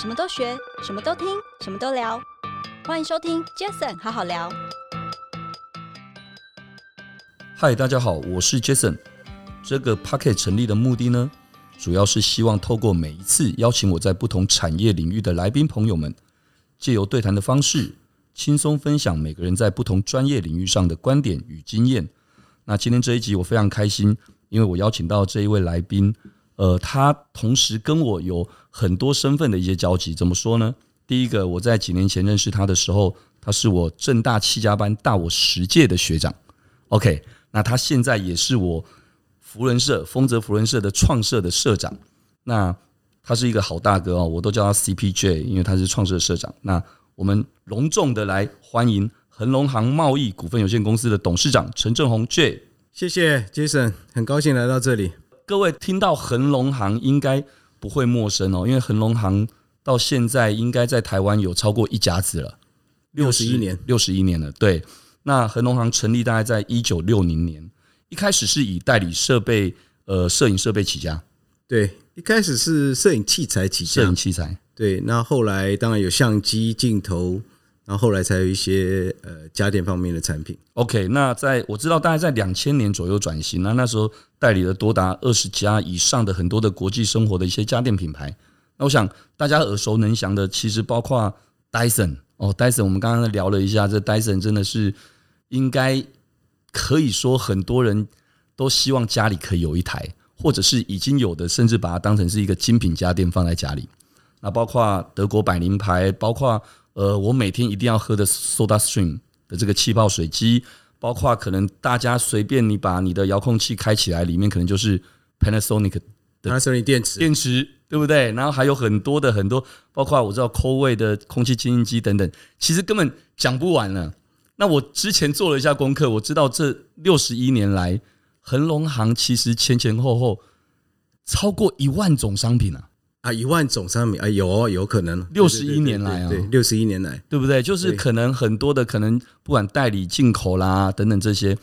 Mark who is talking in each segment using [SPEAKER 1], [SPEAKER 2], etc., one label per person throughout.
[SPEAKER 1] 什么都学，什么都听，什么都聊。欢迎收听 Jason 好好聊。
[SPEAKER 2] 嗨，大家好，我是 Jason。这个 Pocket 成立的目的呢，主要是希望透过每一次邀请我在不同产业领域的来宾朋友们，借由对谈的方式，轻松分享每个人在不同专业领域上的观点与经验。那今天这一集我非常开心，因为我邀请到这一位来宾，呃，他同时跟我有很多身份的一些交集。怎么说呢？第一个，我在几年前认识他的时候，他是我正大七家班大我十届的学长。OK，那他现在也是我福人社丰泽福人社的创社的社长。那他是一个好大哥哦，我都叫他 CPJ，因为他是创社社长。那我们隆重的来欢迎恒隆行贸易股份有限公司的董事长陈正宏 J。
[SPEAKER 3] 谢谢 Jason，很高兴来到这里。
[SPEAKER 2] 各位听到恒隆行应该不会陌生哦，因为恒隆行到现在应该在台湾有超过一甲子了，
[SPEAKER 3] 61年，
[SPEAKER 2] 六十一年了。对，那恒隆行成立大概在一九六零年，一开始是以代理设备呃摄影设备起家，
[SPEAKER 3] 对，一开始是摄影器材起
[SPEAKER 2] 摄
[SPEAKER 3] 家
[SPEAKER 2] 影，器材，
[SPEAKER 3] 对，那后来当然有相机、镜头，然后后来才有一些呃家电方面的产品。
[SPEAKER 2] OK，那在我知道大概在两千年左右转型，那那时候代理了多达二十家以上的很多的国际生活的一些家电品牌。那我想大家耳熟能详的，其实包括 Dyson 哦，Dyson 我们刚刚聊了一下，这 Dyson 真的是应该可以说很多人都希望家里可以有一台，或者是已经有的，甚至把它当成是一个精品家电放在家里。那包括德国百灵牌，包括呃我每天一定要喝的 Soda Stream 的这个气泡水机，包括可能大家随便你把你的遥控器开起来，里面可能就是 Panasonic 的
[SPEAKER 3] 那摄影电池，
[SPEAKER 2] 电池，对不对？然后还有很多的很多，包括我知道 c o w a y 的空气清净机等等，其实根本讲不完了。那我之前做了一下功课，我知道这六十一年来，恒隆行其实前前后后超过一万种商品啊，
[SPEAKER 3] 啊，一万种商品啊，有哦有可能
[SPEAKER 2] 61年来啊
[SPEAKER 3] 对，六十一年来，
[SPEAKER 2] 对不对？就是
[SPEAKER 3] 对
[SPEAKER 2] 可能很多的可能不管代理、进口啦等等这些。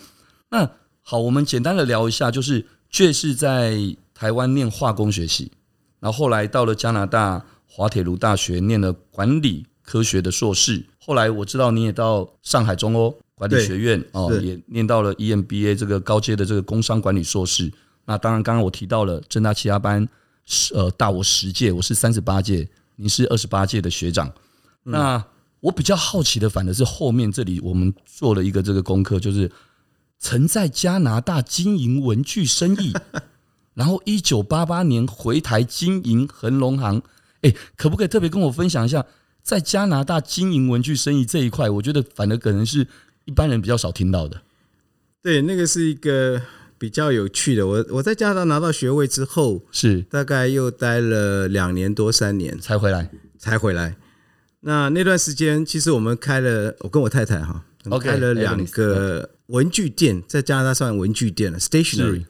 [SPEAKER 2] 那好，我们简单的聊一下，就是确是在台湾念化工学系，然后后来到了加拿大滑铁卢大学念了管理科学的硕士，后来我知道你也到上海中欧管理
[SPEAKER 3] 对
[SPEAKER 2] 学院哦，
[SPEAKER 3] 是
[SPEAKER 2] 也念到了 EMBA 这个高阶的这个工商管理硕士。那当然，刚刚我提到了正大其他班，是呃，大我十届，我是三十八届，您是二十八届的学长。
[SPEAKER 3] 嗯
[SPEAKER 2] 那我比较好奇的，反而是后面这里我们做了一个这个功课，就是曾在加拿大经营文具生 意，然后一九八八年回台经营恒隆行。哎，可不可以特别跟我分享一下，在加拿大经营文具生意这一块，我觉得反而可能是一般人比较少听到的。
[SPEAKER 3] 对，那个是一个比较有趣的。我我在加拿大拿到学位之后，
[SPEAKER 2] 是
[SPEAKER 3] 大概又待了两年多三年，
[SPEAKER 2] 才回来
[SPEAKER 3] 才回来。那那段时间，其实我们开了，我跟我太太哈
[SPEAKER 2] OK，
[SPEAKER 3] 开了两
[SPEAKER 2] Evans，
[SPEAKER 3] 个文具店，在加拿大算文具店了，stationery，
[SPEAKER 2] 是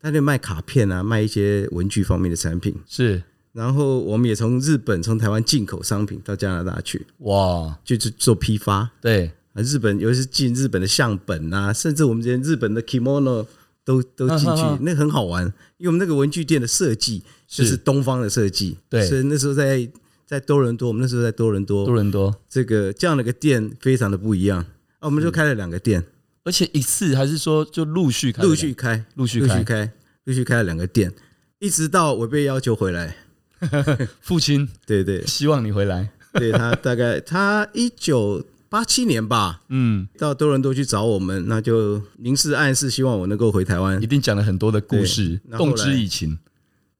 [SPEAKER 3] 他就卖卡片啊，卖一些文具方面的产品。
[SPEAKER 2] 是
[SPEAKER 3] 然后我们也从日本、从台湾进口商品到加拿大去，
[SPEAKER 2] 哇，
[SPEAKER 3] 去做做批发啊。
[SPEAKER 2] 对
[SPEAKER 3] 日本尤其是进日本的相本啊，甚至我们连日本的 kimono 都都进去
[SPEAKER 2] 啊啊啊，
[SPEAKER 3] 那个很好玩，因为我们那个文具店的设计就是
[SPEAKER 2] 是
[SPEAKER 3] 东方的设计，
[SPEAKER 2] 对
[SPEAKER 3] 所以那时候在在多伦多，我们那时候在多伦多，
[SPEAKER 2] 多伦多，
[SPEAKER 3] 这个这样的一个店非常的不一样啊，我们就开了两个店，
[SPEAKER 2] 而且一次还是说就陆续开了
[SPEAKER 3] 陆续开，
[SPEAKER 2] 陆续
[SPEAKER 3] 陆续
[SPEAKER 2] 开，
[SPEAKER 3] 开，陆续开了两个店，一直到我被要求回来。
[SPEAKER 2] 父亲
[SPEAKER 3] 对对
[SPEAKER 2] 希望你回来，
[SPEAKER 3] 对，他大概他一九八七年吧，
[SPEAKER 2] 嗯，
[SPEAKER 3] 到多伦多去找我们，那就明示暗示希望我能够回台湾
[SPEAKER 2] 一。定讲了很多的故事
[SPEAKER 3] 对，那后来
[SPEAKER 2] 动之以情，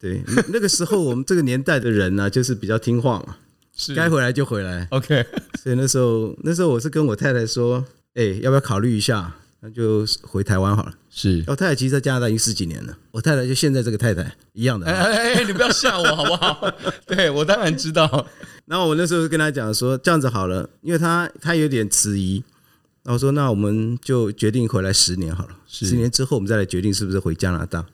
[SPEAKER 3] 对，那个时候我们这个年代的人呢、啊就是比较听话嘛，
[SPEAKER 2] 是
[SPEAKER 3] 该回来就回来。
[SPEAKER 2] OK
[SPEAKER 3] 所以那时候那时候我是跟我太太说，哎、要不要考虑一下？那就回台湾好了。
[SPEAKER 2] 是
[SPEAKER 3] 我太太哦其实在加拿大已经十几年了，我太太就现在这个太太一样的 啊、
[SPEAKER 2] 哎哎哎，你不要吓我好不 好？对我当然知道，
[SPEAKER 3] 然后我那时候跟他讲说，这样子好了，因为他他有点迟疑，然后我说那我们就决定回来十年好了，
[SPEAKER 2] 是
[SPEAKER 3] 十年之后我们再来决定是不是回加拿大。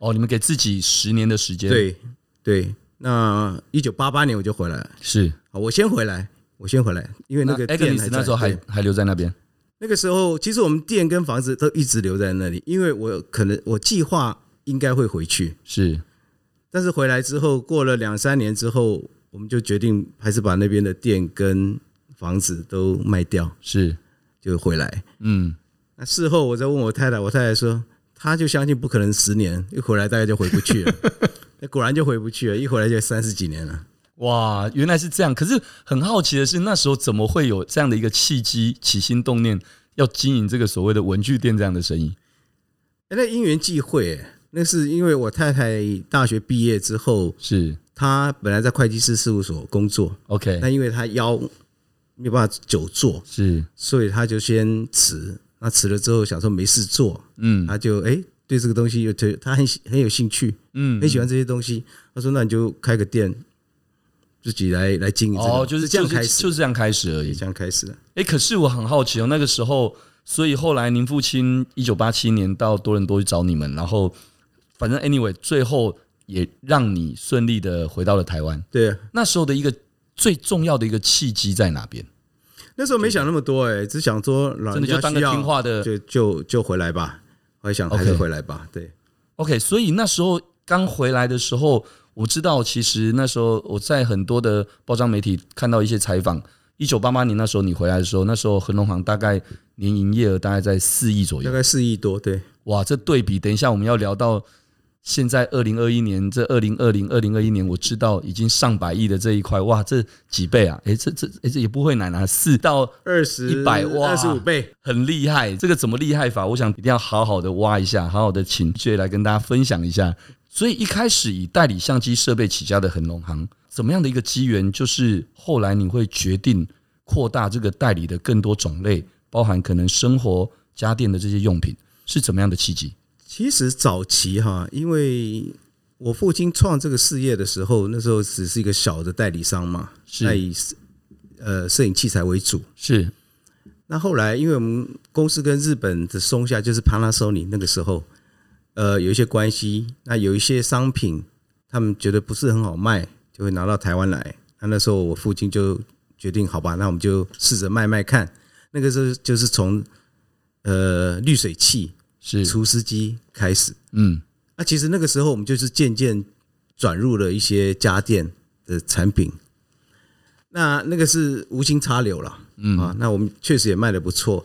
[SPEAKER 2] 哦，你们给自己十年的时间，，
[SPEAKER 3] 对对，那一九八八年我就回来了，
[SPEAKER 2] 是
[SPEAKER 3] 好，我先回来，我先回来，因为那个
[SPEAKER 2] 艾格
[SPEAKER 3] 店
[SPEAKER 2] 尼
[SPEAKER 3] 还
[SPEAKER 2] 斯
[SPEAKER 3] 在
[SPEAKER 2] 那时候还
[SPEAKER 3] 对
[SPEAKER 2] 还留在那边，
[SPEAKER 3] 那个时候，其实我们店跟房子都一直留在那里，因为我可能我计划应该会回去，
[SPEAKER 2] 是
[SPEAKER 3] 但是回来之后，过了两三年之后，我们就决定还是把那边的店跟房子都卖掉，
[SPEAKER 2] 是，
[SPEAKER 3] 就回来。
[SPEAKER 2] 嗯，
[SPEAKER 3] 那事后我再问我太太，我太太说，她就相信不可能十年，一回来大概就回不去了。那果然就回不去了，一回来就三十几年了。
[SPEAKER 2] 哇，原来是这样。可是很好奇的是，那时候怎么会有这样的一个契机，起心动念要经营这个所谓的文具店这样的生意？
[SPEAKER 3] 哎，那因缘际会、哎那是因为我太太大学毕业之后，
[SPEAKER 2] 是
[SPEAKER 3] 她本来在会计师事务所工作，
[SPEAKER 2] OK，
[SPEAKER 3] 那因为她腰没有办法久坐，
[SPEAKER 2] 是
[SPEAKER 3] 所以她就先辞。那辞了之后，想说没事做，
[SPEAKER 2] 嗯
[SPEAKER 3] 她就哎、对这个东西有特，她很喜很有兴趣，
[SPEAKER 2] 嗯
[SPEAKER 3] 很喜欢这些东西。她说：“那你就开个店，自己来来经营、这个。”
[SPEAKER 2] 哦，就是
[SPEAKER 3] 这样
[SPEAKER 2] 就是
[SPEAKER 3] 开始，
[SPEAKER 2] 就是这样开始而已
[SPEAKER 3] 是、。这样开始的。
[SPEAKER 2] 哎、可是我很好奇哦，那个时候，所以后来您父亲一九八七年到多伦多去找你们，然后反正 anyway，最后也让你顺利的回到了台湾。
[SPEAKER 3] 对，啊
[SPEAKER 2] 那时候的一个最重要的一个契机在哪边？
[SPEAKER 3] 那时候没想那么多、哎，只想说老
[SPEAKER 2] 真
[SPEAKER 3] 人
[SPEAKER 2] 的哦就
[SPEAKER 3] 家
[SPEAKER 2] 当
[SPEAKER 3] 需
[SPEAKER 2] 个
[SPEAKER 3] 要，
[SPEAKER 2] 听话的。
[SPEAKER 3] 就就就回来吧。我还想还是
[SPEAKER 2] OK
[SPEAKER 3] 回来吧。对，
[SPEAKER 2] OK，所以那时候刚回来的时候，我知道其实那时候我在很多的报章媒体看到一些采访。一九八八年那时候你回来的时候，那时候恒隆行大概年营业额大概在四亿左右
[SPEAKER 3] 大，概四亿多。对，
[SPEAKER 2] 哇，这对比，等一下我们要聊到现在二零二一年，这二零二零、二零二一年，我知道已经上百亿的这一块，哇，这几倍啊！诶，这这诶，这也不会难啊，四到
[SPEAKER 3] 二十
[SPEAKER 2] 100哇
[SPEAKER 3] 二十五倍。
[SPEAKER 2] 很厉害，这个怎么厉害法？我想一定要好好的挖一下，好好的请 J 来跟大家分享一下。所以一开始以代理相机设备起家的恒隆行，怎么样的一个机缘，就是后来你会决定扩大这个代理的更多种类，包含可能生活家电的这些用品，是怎么样的契机？
[SPEAKER 3] 其实早期哈，因为我父亲创这个事业的时候，那时候只是一个小的代理商嘛，
[SPEAKER 2] 是
[SPEAKER 3] 那以呃摄影器材为主。
[SPEAKER 2] 是
[SPEAKER 3] 那后来，因为我们公司跟日本的松下就是 Panasonic 那个时候，呃，有一些关系，那有一些商品他们觉得不是很好卖，就会拿到台湾来。那那时候我父亲就决定，好吧，那我们就试着卖卖看。那个时候就是从呃滤水器、
[SPEAKER 2] 是
[SPEAKER 3] 除湿机开始。
[SPEAKER 2] 嗯，
[SPEAKER 3] 那其实那个时候我们就是渐渐转入了一些家电的产品，那那个是无心插柳了，嗯啊，那我们确实也卖的不错。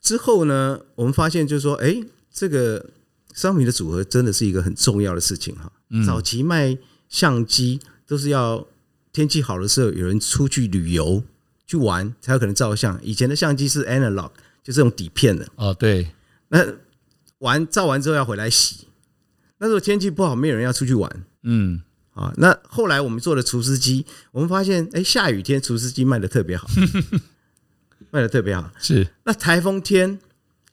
[SPEAKER 3] 之后呢，我们发现就是说，哎，这个商品的组合真的是一个很重要的事情哈。
[SPEAKER 2] 嗯
[SPEAKER 3] 早期卖相机都是要天气好的时候有人出去旅游去玩才有可能照相，以前的相机是 analog，就是用底片的，
[SPEAKER 2] 哦，对，
[SPEAKER 3] 那完照完之后要回来洗。那时候天气不好，没有人要出去玩
[SPEAKER 2] 嗯，
[SPEAKER 3] 啊。那后来我们做了除湿机，我们发现，哎、下雨天除湿机卖的特 别好，卖的特别好。
[SPEAKER 2] 是
[SPEAKER 3] 那台风天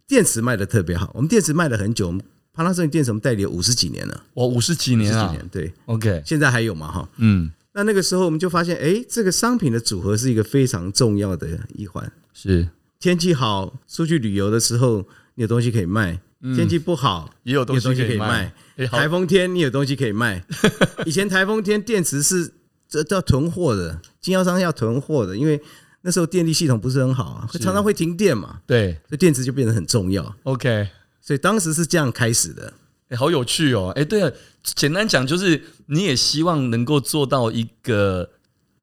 [SPEAKER 3] 电池卖的特别好，我们电池卖了很久，我们 Panasonic 电池我们代理了五十几年了，
[SPEAKER 2] 我五十几
[SPEAKER 3] 五十
[SPEAKER 2] 年
[SPEAKER 3] 几
[SPEAKER 2] 啊
[SPEAKER 3] 年，对，
[SPEAKER 2] ，OK，
[SPEAKER 3] 现在还有嘛哈。
[SPEAKER 2] 嗯，
[SPEAKER 3] 那那个时候我们就发现，哎、这个商品的组合是一个非常重要的一环。
[SPEAKER 2] 是
[SPEAKER 3] 天气好，出去旅游的时候，你有东西可以卖；
[SPEAKER 2] 嗯
[SPEAKER 3] 天气不好，
[SPEAKER 2] 也有
[SPEAKER 3] 你有东西可以卖。。
[SPEAKER 2] 哎好
[SPEAKER 3] 台风天你有东西可以 卖。以前台风天电池是这叫囤货的，经销商要囤货的，因为那时候电力系统不是很好啊，
[SPEAKER 2] 是
[SPEAKER 3] 常常会停电嘛，
[SPEAKER 2] 对
[SPEAKER 3] 所以电池就变得很重要。
[SPEAKER 2] ，OK，
[SPEAKER 3] 所以当时是这样开始的。
[SPEAKER 2] 哎好有趣哦，哎，对了，简单讲就是你也希望能够做到一个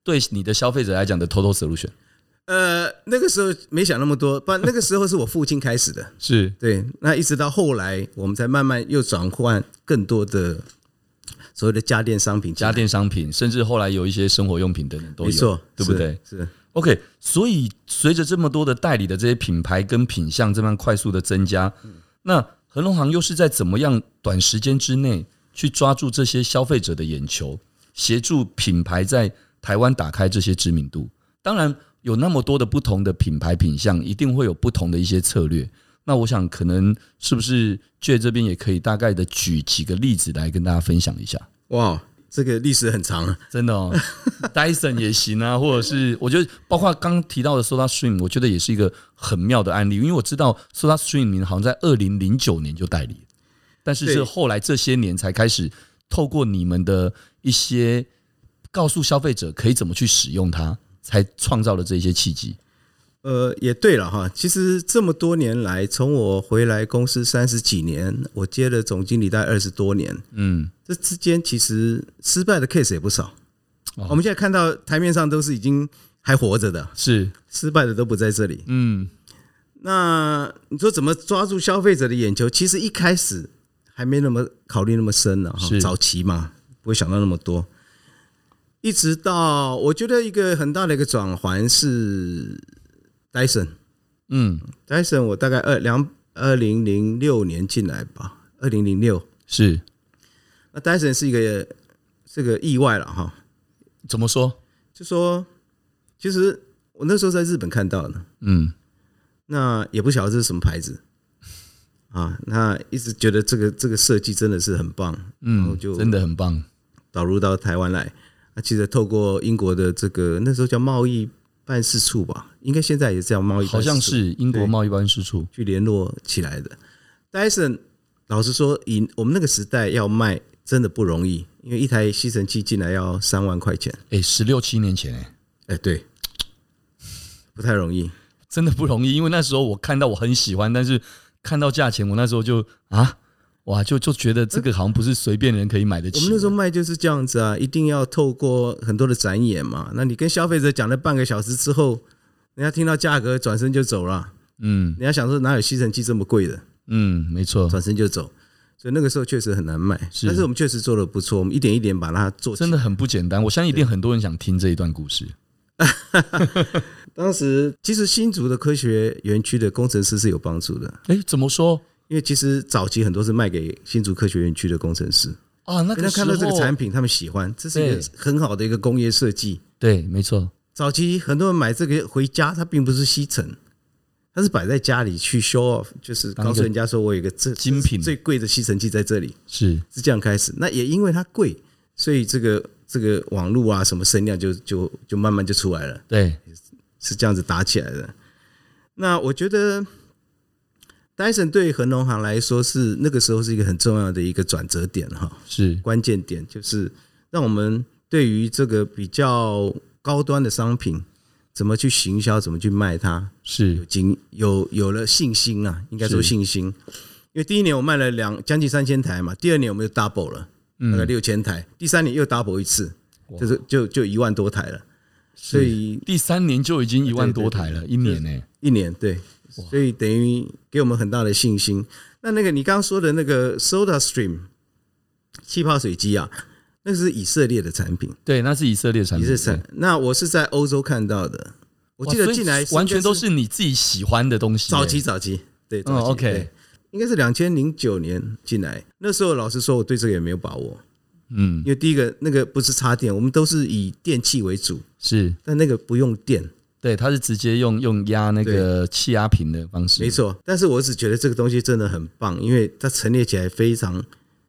[SPEAKER 2] 对你的消费者来讲的 total solution，
[SPEAKER 3] 呃，那个时候没想那么多，不，然那个时候是我父亲开始的。
[SPEAKER 2] 是
[SPEAKER 3] 对，那一直到后来，我们才慢慢又转换更多的所谓的家电商品进
[SPEAKER 2] 家
[SPEAKER 3] 来。
[SPEAKER 2] 电商品，甚至后来有一些生活用品等等都
[SPEAKER 3] 没
[SPEAKER 2] 有
[SPEAKER 3] 错，，
[SPEAKER 2] 对不
[SPEAKER 3] 是
[SPEAKER 2] 对？？
[SPEAKER 3] 是
[SPEAKER 2] OK，所以随着这么多的代理的这些品牌跟品相这么快速的增加，那恒隆行又是在怎么样短时间之内去抓住这些消费者的眼球，协助品牌在台湾打开这些知名度？当然，有那么多的不同的品牌品相，一定会有不同的一些策略。那我想，可能是不是 J 这边也可以大概的举几个例子来跟大家分享一下？
[SPEAKER 3] 哇，这个历史很长啊。
[SPEAKER 2] 真的哦 ，Dyson 也行啊，或者是我觉得包括刚提到的 Soda Stream，我觉得也是一个很妙的案例，因为我知道 Soda Stream 好像在二零零九年就代理了，但是
[SPEAKER 3] 对
[SPEAKER 2] 是后来这些年才开始透过你们的一些告诉消费者可以怎么去使用它，才创造了这些契机。
[SPEAKER 3] 呃，也对了哈。其实这么多年来，从我回来公司三十几年，我接了总经理大概二十多年，
[SPEAKER 2] 嗯，
[SPEAKER 3] 这之间其实失败的 case 也不少。
[SPEAKER 2] 哦
[SPEAKER 3] 我们现在看到台面上都是已经还活着的，
[SPEAKER 2] 是，
[SPEAKER 3] 失败的都不在这里。
[SPEAKER 2] 嗯，
[SPEAKER 3] 那你说怎么抓住消费者的眼球？其实一开始还没那么考虑那么深呢，哈
[SPEAKER 2] 是，
[SPEAKER 3] 早期嘛，不会想到那么多。一直到我觉得一个很大的一个转环是 Dyson，
[SPEAKER 2] 嗯，
[SPEAKER 3] Dyson 我大概二两二零零六年进来吧，二零零六。
[SPEAKER 2] 是，
[SPEAKER 3] 那 Dyson 是一个是个意外了哈，
[SPEAKER 2] 怎么说？
[SPEAKER 3] 就说其实我那时候在日本看到的，
[SPEAKER 2] 嗯，
[SPEAKER 3] 那也不晓得这是什么牌子啊，那一直觉得这个这个设计真的是很棒，然后
[SPEAKER 2] 嗯，
[SPEAKER 3] 就
[SPEAKER 2] 真的很棒，
[SPEAKER 3] 导入到台湾来。那其实透过英国的这个那时候叫贸易办事处吧，应该现在也叫贸易办事处，
[SPEAKER 2] 好像是英国
[SPEAKER 3] 对
[SPEAKER 2] 贸易办事处，
[SPEAKER 3] 去联络起来的。Dyson 老实说，以我们那个时代要卖真的不容易，因为一台吸尘器进来要三万块钱，
[SPEAKER 2] 哎，十六七年前，哎，
[SPEAKER 3] 哎，对，不太容易。
[SPEAKER 2] 真的不容易，因为那时候我看到我很喜欢，但是看到价钱，我那时候就啊，哇，就就觉得这个好像不是随便人可以买得
[SPEAKER 3] 我
[SPEAKER 2] 起
[SPEAKER 3] 们
[SPEAKER 2] 的。
[SPEAKER 3] 那时候卖就是这样子啊，一定要透过很多的展演嘛。那你跟消费者讲了半个小时之后，人家听到价格转身就走了，
[SPEAKER 2] 嗯
[SPEAKER 3] 人家想说哪有吸尘器这么贵的，
[SPEAKER 2] 嗯，没错，
[SPEAKER 3] 转身就走。所以那个时候确实很难卖，
[SPEAKER 2] 是
[SPEAKER 3] 但是我们确实做的不错，我们一点一点把它做起来
[SPEAKER 2] 真的很不简单。我相信一定很多人想听这一段故事。
[SPEAKER 3] 当时其实新竹的科学园区的工程师是有帮助的，
[SPEAKER 2] 哎，怎么说
[SPEAKER 3] 因为其实早期很多是卖给新竹科学园区的工程师，
[SPEAKER 2] 啊？那
[SPEAKER 3] 那
[SPEAKER 2] 个时
[SPEAKER 3] 看
[SPEAKER 2] 候
[SPEAKER 3] 到这个产品，他们喜欢，这是一个
[SPEAKER 2] 对
[SPEAKER 3] 很好的一个工业设计。
[SPEAKER 2] 对，没错，
[SPEAKER 3] 早期很多人买这个回家，它并不是吸尘，它是摆在家里去 show off，就是
[SPEAKER 2] 当一个
[SPEAKER 3] 告诉人家说我有一个这
[SPEAKER 2] 精品
[SPEAKER 3] 最贵的吸尘器在这里，
[SPEAKER 2] 是
[SPEAKER 3] 是这样开始。那也因为它贵，所以这个这个网络啊什么声量就就就慢慢就出来了。
[SPEAKER 2] 对，
[SPEAKER 3] 是这样子打起来的。那我觉得，Dyson 对恒隆行来说是那个时候是一个很重要的一个转折点哈，
[SPEAKER 2] 是
[SPEAKER 3] 关键点就是让我们对于这个比较高端的商品怎么去行销、怎么去卖它有
[SPEAKER 2] 是，
[SPEAKER 3] 经有有了信心啊，应该说
[SPEAKER 2] 是
[SPEAKER 3] 信心。因为第一年我卖了两将近三千台嘛，第二年我们就 double 了，大概
[SPEAKER 2] 嗯，
[SPEAKER 3] 六千台，第三年又 double 一次，
[SPEAKER 2] 哇
[SPEAKER 3] 就是就就一万多台了，所
[SPEAKER 2] 是
[SPEAKER 3] 以
[SPEAKER 2] 第三年就已经一万多台了，一年哎呢。
[SPEAKER 3] 一年，对，所以等于给我们很大的信心。那那个你刚刚说的那个 Soda Stream 气泡水机啊，那是以色列的产品，
[SPEAKER 2] 对，那是以色列产
[SPEAKER 3] 以
[SPEAKER 2] 品，
[SPEAKER 3] 色列产
[SPEAKER 2] 对。。
[SPEAKER 3] 那我是在欧洲看到的，
[SPEAKER 2] 嗯
[SPEAKER 3] 我
[SPEAKER 2] 哇
[SPEAKER 3] 记得
[SPEAKER 2] 所以
[SPEAKER 3] 进来
[SPEAKER 2] 完全都
[SPEAKER 3] 应
[SPEAKER 2] 是你自己喜欢的东西。
[SPEAKER 3] 该是早
[SPEAKER 2] 哎
[SPEAKER 3] 期早期，对，
[SPEAKER 2] 嗯
[SPEAKER 3] 早期、
[SPEAKER 2] ，OK，
[SPEAKER 3] 对应该是两千零九年进来。那时候老实说，我对这个也没有把握，
[SPEAKER 2] 嗯
[SPEAKER 3] 因，为第一个那个不是插电，我们都是以电器为主，
[SPEAKER 2] 是
[SPEAKER 3] 但那个不用电，
[SPEAKER 2] 对，它是直接用用压那个气压瓶的方式，
[SPEAKER 3] 没错，但是我只觉得这个东西真的很棒，因为它陈列起来非常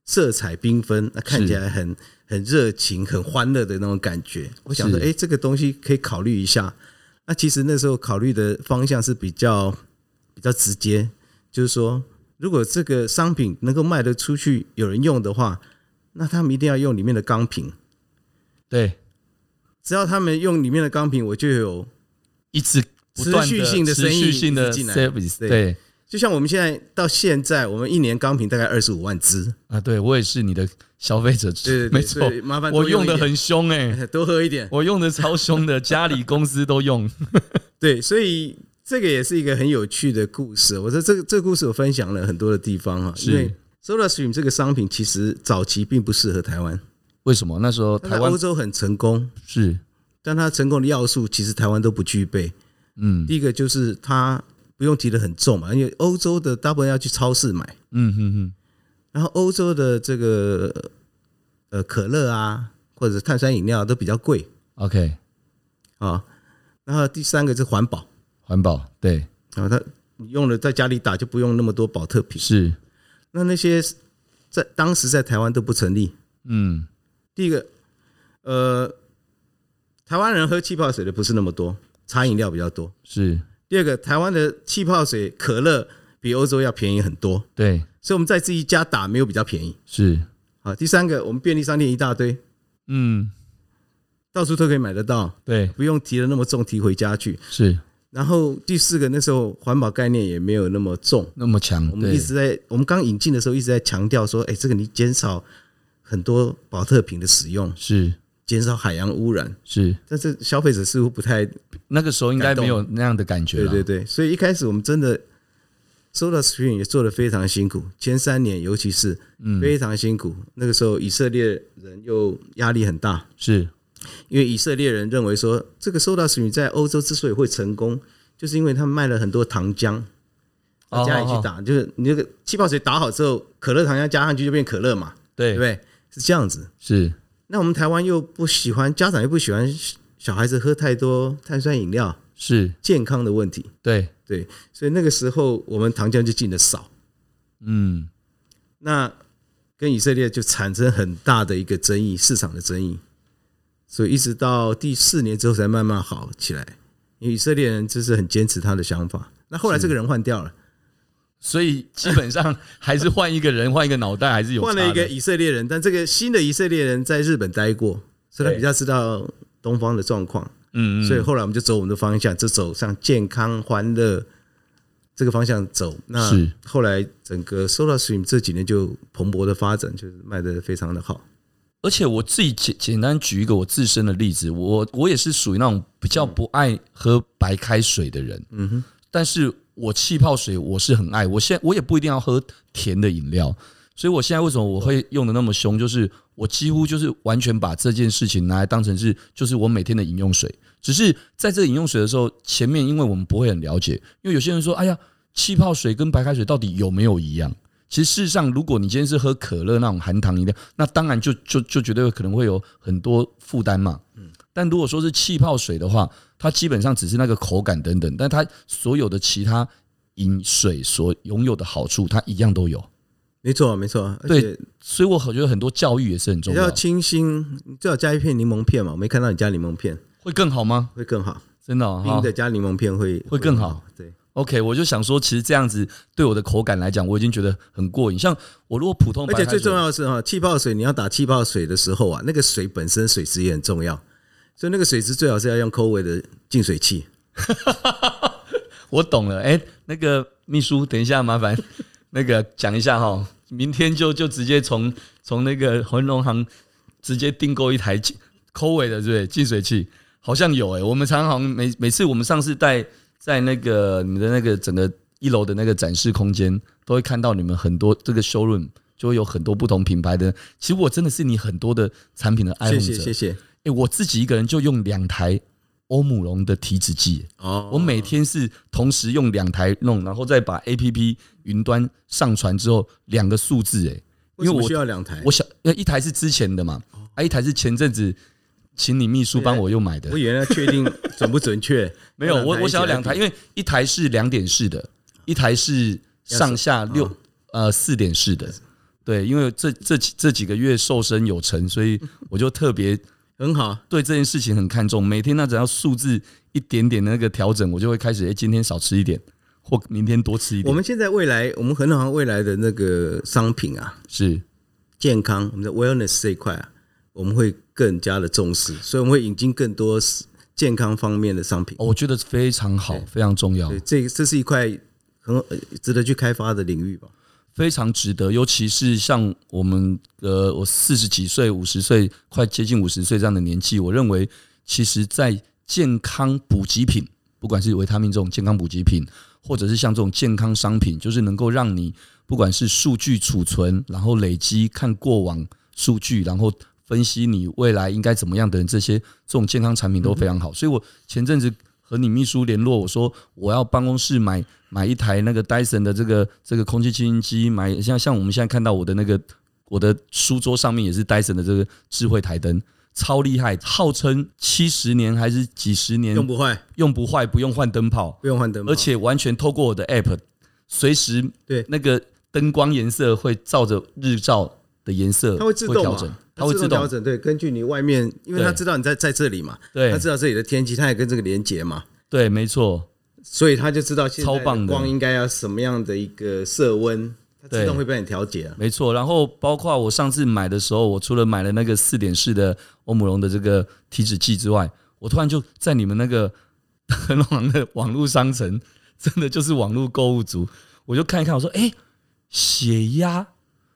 [SPEAKER 3] 色彩缤纷，那看起来很很热情、很欢乐的那种感觉。我想说，
[SPEAKER 2] 是
[SPEAKER 3] 哎，这个东西可以考虑一下。那其实那时候考虑的方向是比较比较直接，就是说，如果这个商品能够卖得出去，有人用的话，那他们一定要用里面的钢瓶。
[SPEAKER 2] 对，
[SPEAKER 3] 只要他们用里面的钢瓶，我就有
[SPEAKER 2] 一直不断
[SPEAKER 3] 持
[SPEAKER 2] 地
[SPEAKER 3] 续性的
[SPEAKER 2] 持
[SPEAKER 3] 生意
[SPEAKER 2] 续性
[SPEAKER 3] 一
[SPEAKER 2] 的
[SPEAKER 3] 直进来
[SPEAKER 2] service，
[SPEAKER 3] 对
[SPEAKER 2] 对
[SPEAKER 3] 就像我们现在到现在，我们一年钢瓶大概二十五万只。
[SPEAKER 2] 啊，对我也是你的消费者之，
[SPEAKER 3] 对对对
[SPEAKER 2] 没错
[SPEAKER 3] 所以，麻烦多
[SPEAKER 2] 我用
[SPEAKER 3] 一
[SPEAKER 2] 的
[SPEAKER 3] 点
[SPEAKER 2] 很凶哎、
[SPEAKER 3] 多喝一点。
[SPEAKER 2] 我用的超凶的，家里公司都用，
[SPEAKER 3] 对，所以这个也是一个很有趣的故事。我说这个这个故事我分享了很多的地方哈，
[SPEAKER 2] 是
[SPEAKER 3] 因为 Soda Stream 这个商品其实早期并不适合台湾，
[SPEAKER 2] 为什么那时候
[SPEAKER 3] 它
[SPEAKER 2] 台
[SPEAKER 3] 在
[SPEAKER 2] 湾
[SPEAKER 3] 欧洲很成功，
[SPEAKER 2] 是
[SPEAKER 3] 但它成功的要素其实台湾都不具备。
[SPEAKER 2] 嗯
[SPEAKER 3] 第一个就是它不用提的很重嘛，因为欧洲的大部分要去超市买，
[SPEAKER 2] 嗯嗯嗯，
[SPEAKER 3] 然后欧洲的这个呃可乐啊或者碳酸饮料都比较贵
[SPEAKER 2] OK，
[SPEAKER 3] 啊。然后第三个是环保
[SPEAKER 2] 环保对
[SPEAKER 3] 啊，它你用了在家里打就不用那么多保特瓶。
[SPEAKER 2] 是
[SPEAKER 3] 那那些在当时在台湾都不成立。
[SPEAKER 2] 嗯
[SPEAKER 3] 第一个，呃，台湾人喝气泡水的不是那么多，茶饮料比较多。
[SPEAKER 2] 是
[SPEAKER 3] 第二个，台湾的气泡水可乐比欧洲要便宜很多，
[SPEAKER 2] 对
[SPEAKER 3] 所以我们在自己家打没有比较便宜。
[SPEAKER 2] 是
[SPEAKER 3] 好，第三个，我们便利商店一大堆，
[SPEAKER 2] 嗯
[SPEAKER 3] 到处都可以买得到，
[SPEAKER 2] 对
[SPEAKER 3] 不用提的那么重，提回家去。
[SPEAKER 2] 是
[SPEAKER 3] 然后第四个，那时候环保概念也没有那么重，
[SPEAKER 2] 那么强，
[SPEAKER 3] 我们
[SPEAKER 2] 对
[SPEAKER 3] 一直在我们刚引进的时候一直在强调说，哎，这个你减少很多保特瓶的使用，
[SPEAKER 2] 是
[SPEAKER 3] 减少海洋污染，
[SPEAKER 2] 是
[SPEAKER 3] 但是消费者似乎不太
[SPEAKER 2] 那个时候应该
[SPEAKER 3] 感动
[SPEAKER 2] 没有那样的感觉
[SPEAKER 3] 对
[SPEAKER 2] 了。
[SPEAKER 3] 对对，所以一开始我们真的 Soda Stream 也做的非常辛苦，前三年尤其是
[SPEAKER 2] 嗯
[SPEAKER 3] 非常辛苦。那个时候以色列人又压力很大，
[SPEAKER 2] 是
[SPEAKER 3] 因为以色列人认为说这个 Soda Stream 在欧洲之所以会成功，就是因为他们卖了很多糖浆。
[SPEAKER 2] 哦
[SPEAKER 3] 到家里去打，就是你那个气泡水打好之后，可乐糖浆加上去就变可乐嘛，对
[SPEAKER 2] 对
[SPEAKER 3] 不对？是这样子。
[SPEAKER 2] 是
[SPEAKER 3] 那我们台湾又不喜欢，家长又不喜欢小孩子喝太多碳酸饮料，
[SPEAKER 2] 是，
[SPEAKER 3] 健康的问题。
[SPEAKER 2] 对，
[SPEAKER 3] 对，所以那个时候我们糖浆就进的少，
[SPEAKER 2] 嗯，
[SPEAKER 3] 那跟以色列就产生很大的一个争议，市场的争议。所以一直到第四年之后才慢慢好起来，因为以色列人就是很坚持他的想法。那后来这个人换掉了，
[SPEAKER 2] 所以基本上还是换一个人，换一个脑袋，还是有
[SPEAKER 3] 换了
[SPEAKER 2] 差
[SPEAKER 3] 一个
[SPEAKER 2] 的
[SPEAKER 3] 以色列人，但这个新的以色列人在日本待过，所以他
[SPEAKER 2] 对
[SPEAKER 3] 比较知道东方的状况。
[SPEAKER 2] 嗯嗯，
[SPEAKER 3] 所以后来我们就走我们的方向，就走向健康欢乐这个方向走。那
[SPEAKER 2] 是
[SPEAKER 3] 后来整个 Soda Stream 这几年就蓬勃的发展，就是卖的非常的好。
[SPEAKER 2] 而且我自己简简单举一个我自身的例子，我我也是属于那种比较不爱喝白开水的人，嗯哼，但是我气泡水我是很爱，我现在我也不一定要喝甜的饮料，所以我现在为什么我会用的那么凶，就是我几乎就是完全把这件事情拿来当成是就是我每天的饮用水，只是在这个饮用水的时候，前面因为我们不会很了解，因为有些人说，哎呀，气泡水跟白开水到底有没有一样？其实事实上，如果你今天是喝可乐那种含糖饮料，那当然就就就绝对可能会有很多负担嘛。
[SPEAKER 3] 嗯
[SPEAKER 2] 但如果说是气泡水的话，它基本上只是那个口感等等，但它所有的其他饮水所拥有的好处，它一样都有。
[SPEAKER 3] 没错，啊没错，而
[SPEAKER 2] 对啊
[SPEAKER 3] 且
[SPEAKER 2] 所以我觉得很多教育也是很重
[SPEAKER 3] 比较
[SPEAKER 2] 要，
[SPEAKER 3] 清新，你最好加一片柠檬片嘛。我没看到你加柠檬片
[SPEAKER 2] 会更好吗？
[SPEAKER 3] 会更好，
[SPEAKER 2] 真的、哦、
[SPEAKER 3] 冰
[SPEAKER 2] 好
[SPEAKER 3] 的加柠檬片会
[SPEAKER 2] 会更好。
[SPEAKER 3] 对，
[SPEAKER 2] OK，我就想说，其实这样子对我的口感来讲，我已经觉得很过瘾。像我如果普通
[SPEAKER 3] 而
[SPEAKER 2] 白开
[SPEAKER 3] 且
[SPEAKER 2] 水，
[SPEAKER 3] 最重要的是哈，气泡水你要打气泡水的时候啊，那个水本身水质也很重要，所以那个水质最好是要用 c o w 的净水器。
[SPEAKER 2] 我懂了，哎、那个秘书，等一下麻 烦那个讲一下哈，明天就就直接从从那个恒隆行直接订购一台净抠尾的，对不对？净水器好像有哎、我们常常好像每每次我们上次带在那个你的那个整个一楼的那个展示空间，都会看到你们很多这个 showroom 就会有很多不同品牌的。其实我真的是你很多的产品的爱好者，
[SPEAKER 3] 谢谢，谢谢。
[SPEAKER 2] 哎、我自己一个人就用两台欧姆龙的体脂计、
[SPEAKER 3] 哦
[SPEAKER 2] 我每天是同时用两台弄，然后再把 A P P 云端上传之后，两个数字哎、
[SPEAKER 3] 为什么
[SPEAKER 2] 因为我
[SPEAKER 3] 需要两台？
[SPEAKER 2] 我想呃一台是之前的嘛，
[SPEAKER 3] 哦
[SPEAKER 2] 啊一台是前阵子请你秘书帮我又买的
[SPEAKER 3] 哎我，原来确定准不准确？
[SPEAKER 2] 没有我我想要两台，
[SPEAKER 3] 一起
[SPEAKER 2] 因为一台是两点式的，一台是上下
[SPEAKER 3] 嗯
[SPEAKER 2] 六呃四点式的，对，因为这这几这几个月瘦身有成，所以我就特别
[SPEAKER 3] 来比，很好。
[SPEAKER 2] 对这件事情很看重，每天那只要数字一点点的那个调整，我就会开始哎、诶今天少吃一点，或明天多吃一点。
[SPEAKER 3] 我们现在未来，我们很好未来的那个商品啊，
[SPEAKER 2] 是
[SPEAKER 3] 健康，我们的 wellness 这一块啊，我们会更加的重视，所以我们会引进更多健康方面的商品。
[SPEAKER 2] 哦我觉得非常好，非常重要
[SPEAKER 3] 对，，这这是一块很呃值得去开发的领域吧。
[SPEAKER 2] 非常值得。尤其是像我们呃，我四十几岁、五十岁，快接近五十岁这样的年纪，我认为其实在健康补给品，不管是维他命这种健康补给品，或者是像这种健康商品，就是能够让你不管是数据储存，然后累积看过往数据，然后分析你未来应该怎么样的人，这些这种健康产品都非常好。所以我前阵子和你秘书联络，我说我要办公室买买一台那个 Dyson 的这个这个空气清新机，买像像我们现在看到我的那个我的书桌上面也是 Dyson 的这个智慧台灯。超厉害，号称七十年还是几十年
[SPEAKER 3] 用不坏，
[SPEAKER 2] 用不坏，不用换灯泡，
[SPEAKER 3] 不用换灯
[SPEAKER 2] 嗯
[SPEAKER 3] 泡，
[SPEAKER 2] 而且完全透过我的 app，随时
[SPEAKER 3] 对
[SPEAKER 2] 那个灯光颜色会照着日照的颜色，
[SPEAKER 3] 它会自动
[SPEAKER 2] 调
[SPEAKER 3] 嘛
[SPEAKER 2] 整，它会自
[SPEAKER 3] 调
[SPEAKER 2] 动，
[SPEAKER 3] 整。对，根据你外面，因为
[SPEAKER 2] 对
[SPEAKER 3] 它知道你在在这里嘛，它
[SPEAKER 2] 对
[SPEAKER 3] 知道这里的天气，它也跟这个连接嘛。
[SPEAKER 2] 对，没错，
[SPEAKER 3] 所以他就知道现在
[SPEAKER 2] 超棒
[SPEAKER 3] 的
[SPEAKER 2] 的
[SPEAKER 3] 光应该要什么样的一个色温，它自
[SPEAKER 2] 对
[SPEAKER 3] 动会帮你调节啊。
[SPEAKER 2] 没错。然后包括我上次买的时候，我除了买了那个四点式的欧姆龙的这个体脂计之外，我突然就在你们那个 很网的网络商城，真的就是网络购物族，我就看一看，我说，哎、血压，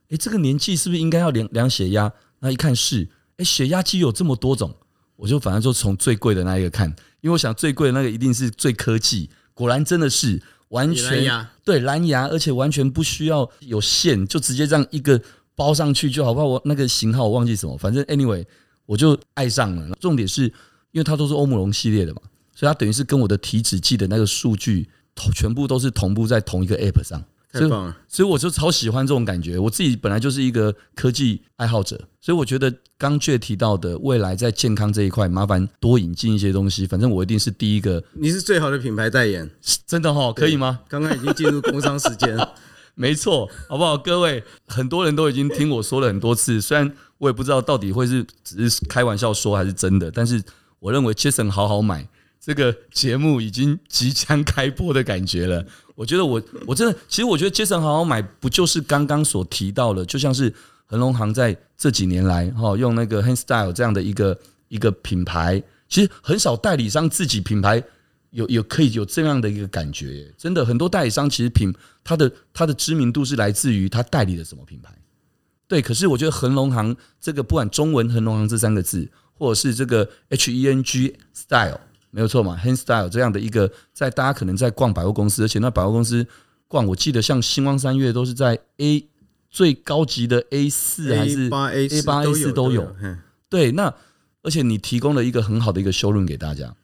[SPEAKER 2] 哎、这个年纪是不是应该要量量血压？那一看是，哎、哎，血压计有这么多种，我就反正就从最贵的那一个看，因为我想最贵的那个一定是最科技。果然真的是完
[SPEAKER 4] 有蓝
[SPEAKER 2] 全
[SPEAKER 4] 牙
[SPEAKER 2] 对蓝牙，而且完全不需要有线，就直接这样一个包上去就好。不然我那个型号我忘记什么，反正 anyway 我就爱上了。重点是因为它都是欧姆龙系列的嘛，所以它等于是跟我的体脂计的那个数据同全部都是同步在同一个 app 上。
[SPEAKER 3] 太棒了，
[SPEAKER 2] 所以我就超喜欢这种感觉。我自己本来就是一个科技爱好者，所以我觉得刚却提到的未来在健康这一块，麻烦多引进一些东西。反正我一定是第一个，
[SPEAKER 3] 你是最好的品牌代言，
[SPEAKER 2] 真的哈、可以吗？
[SPEAKER 3] 刚刚已经进入工商时间了，
[SPEAKER 2] 没错，好不好？各位，很多人都已经听我说了很多次，虽然我也不知道到底会是只是开玩笑说还是真的，但是我认为 Jason 好好买这个节目已经即将开播的感觉了。我觉得我我真的，其实我觉得 Jason 好好买不就是刚刚所提到的，就像是恒隆行在这几年来哈、用那个 Handstyle 这样的一个一个品牌，其实很少代理商自己品牌有有可以有这样的一个感觉耶，真的很多代理商其实品它的它的知名度是来自于它代理的什么品牌。对，可是我觉得恒隆行这个不管中文恒隆行这三个字，或者是这个 H E N G Style 没有错嘛，Hand Style 这样的一个，在大家可能在逛百货公司，而且那百货公司逛，我记得像星光三月都是在 A 最高级的 A 四还 是
[SPEAKER 3] A 八 A
[SPEAKER 2] A 八 A 四都有，
[SPEAKER 3] 嗯
[SPEAKER 2] 对，那而且你提供了一个很好的一个修论给大家。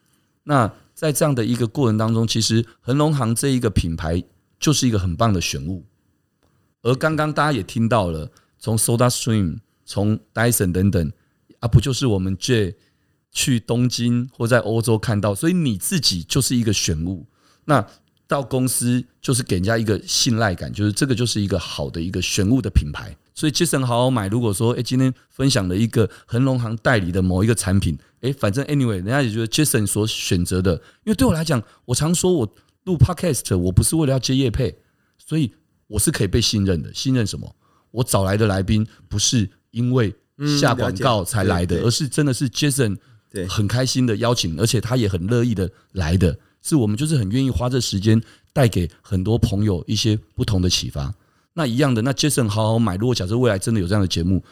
[SPEAKER 2] 那在这样的一个过程当中，其实恒隆行这一个品牌就是一个很棒的选物。而刚刚大家也听到了，从 Soda Stream、从 Dyson 等等啊，不就是我们 J 去东京或在欧洲看到，所以你自己就是一个选物。那到公司就是给人家一个信赖感，就是这个就是一个好的一个选物的品牌。所以 Jason 好好买，如果说哎、诶今天分享了一个恒隆行代理的某一个产品，哎、反正 anyway 人家也觉得 Jason 所选择的，因为对我来讲，我常说我录 podcast 我不是为了要接业配，所以我是可以被信任的。信任什么？我找来的来宾不是因为下
[SPEAKER 3] 嗯了
[SPEAKER 2] 广
[SPEAKER 3] 解
[SPEAKER 2] 告才来的，
[SPEAKER 3] 对对
[SPEAKER 2] 而是真的是 Jason
[SPEAKER 3] 对
[SPEAKER 2] 很开心的邀请，而且他也很乐意的来的，是我们就是很愿意花这时间带给很多朋友一些不同的启发。那一样的，那 Jason 好好买。如果假设未来真的有这样的节目，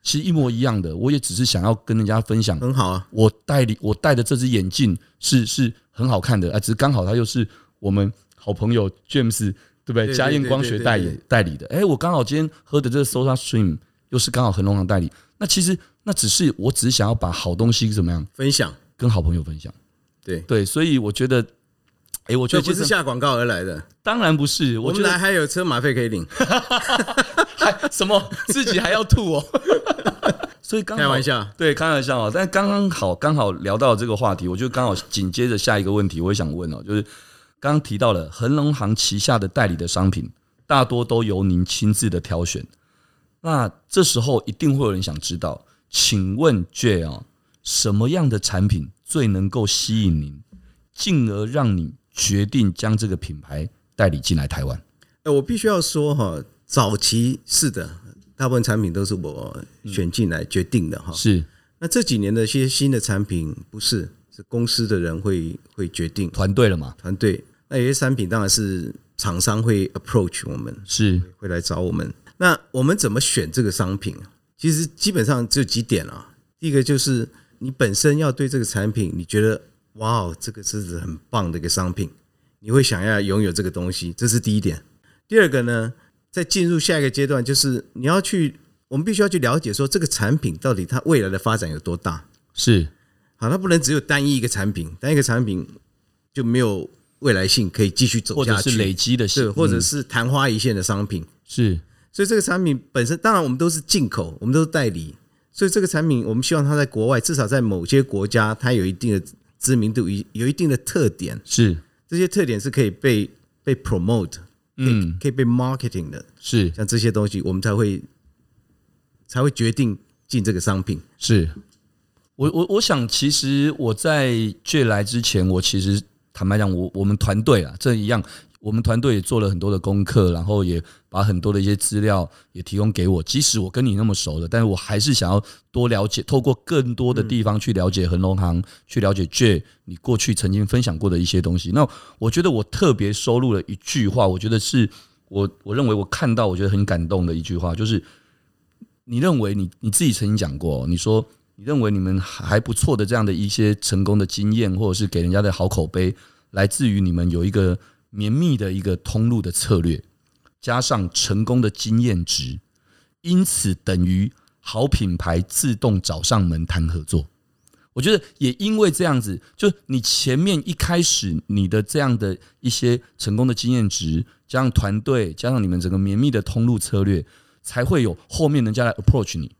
[SPEAKER 2] 其实一模一样的，我也只是想要跟人家分享，
[SPEAKER 3] 很好啊，
[SPEAKER 2] 我戴里我戴的这只眼镜是是很好看的啊，只是刚好它又是我们好朋友 James 对不对？
[SPEAKER 3] 对
[SPEAKER 2] 嘉应光学代
[SPEAKER 3] 对对
[SPEAKER 2] 言
[SPEAKER 3] 对
[SPEAKER 2] 代理的，哎，我刚好今天喝的这个 Soda Stream 又是刚好恒隆行代理，那其实那只是我只是想要把好东西怎么样
[SPEAKER 3] 分享，
[SPEAKER 2] 跟好朋友分享，
[SPEAKER 3] 对，
[SPEAKER 2] 对，所以我觉得，哎，我觉得
[SPEAKER 3] 这不是
[SPEAKER 2] Jason-
[SPEAKER 3] 下广告而来的，
[SPEAKER 2] 当然不是，
[SPEAKER 3] 我
[SPEAKER 2] 我觉
[SPEAKER 3] 们
[SPEAKER 2] 得
[SPEAKER 3] 来还有车马费可以领，
[SPEAKER 2] 还什么自己还要吐哦。 所以刚好
[SPEAKER 3] 开玩笑，
[SPEAKER 2] 对，开玩笑啊。但刚刚好刚好聊到这个话题，我就刚好紧接着下一个问题，我也想问哦，就是刚刚提到了恒隆行旗下的代理的商品，大多都由您亲自的挑选。那这时候一定会有人想知道，请问 J 啊，什么样的产品最能够吸引您，进而让你决定将这个品牌代理进来台湾？
[SPEAKER 3] 哎，我必须要说哈，早期是的，大部分产品都是我选进来决定的哈。
[SPEAKER 2] 是
[SPEAKER 3] 那这几年的一些新的产品，不是是公司的人会会决定
[SPEAKER 2] 团队了嘛？
[SPEAKER 3] 团队。那有些产品当然是厂商会 approach 我们，
[SPEAKER 2] 是
[SPEAKER 3] 会来找我们。那我们怎么选这个商品啊？其实基本上只有几点啊。第一个就是你本身要对这个产品，你觉得哇哦，这个是很棒的一个商品，你会想要拥有这个东西，这是第一点。第二个呢，在进入下一个阶段，就是你要去，我们必须要去了解说这个产品到底它未来的发展有多大。
[SPEAKER 2] 是
[SPEAKER 3] 好，它不能只有单一一个产品，单一一个产品就没有未来性可以继续走
[SPEAKER 2] 或者
[SPEAKER 3] 下
[SPEAKER 2] 是累
[SPEAKER 3] 去，
[SPEAKER 2] 积的
[SPEAKER 3] 对，
[SPEAKER 2] 信，
[SPEAKER 3] 或者
[SPEAKER 2] 嗯
[SPEAKER 3] 是昙花一现的商品。
[SPEAKER 2] 是
[SPEAKER 3] 所以这个产品本身，当然我们都是进口，我们都是代理，所以这个产品我们希望它在国外，至少在某些国家，它有一定的知名度，有有一定的特点，
[SPEAKER 2] 是
[SPEAKER 3] 这些特点是可以被被 promote，嗯，可以被 marketing 的，
[SPEAKER 2] 是
[SPEAKER 3] 像这些东西，我们才会才会决定进这个商品。
[SPEAKER 2] 是，我我我想，其实我在借来之前，我其实坦白讲，我我们团队啊，这一样，我们团队也做了很多的功课，然后也把很多的一些资料也提供给我。即使我跟你那么熟了，但是我还是想要多了解，透过更多的地方去了解恒隆行，去了解 J 你过去曾经分享过的一些东西。那我觉得我特别收录了一句话，我觉得是我我认为我看到我觉得很感动的一句话，就是你认为你你自己曾经讲过，你说你认为你们还不错的这样的一些成功的经验，或者是给人家的好口碑，来自于你们有一个绵密的一个通路的策略，加上成功的经验值，因此等于好品牌自动找上门谈合作。我觉得也因为这样子，就你前面一开始你的这样的一些成功的经验值，加上团队，加上你们整个绵密的通路策略，才会有后面人家来 approach 你。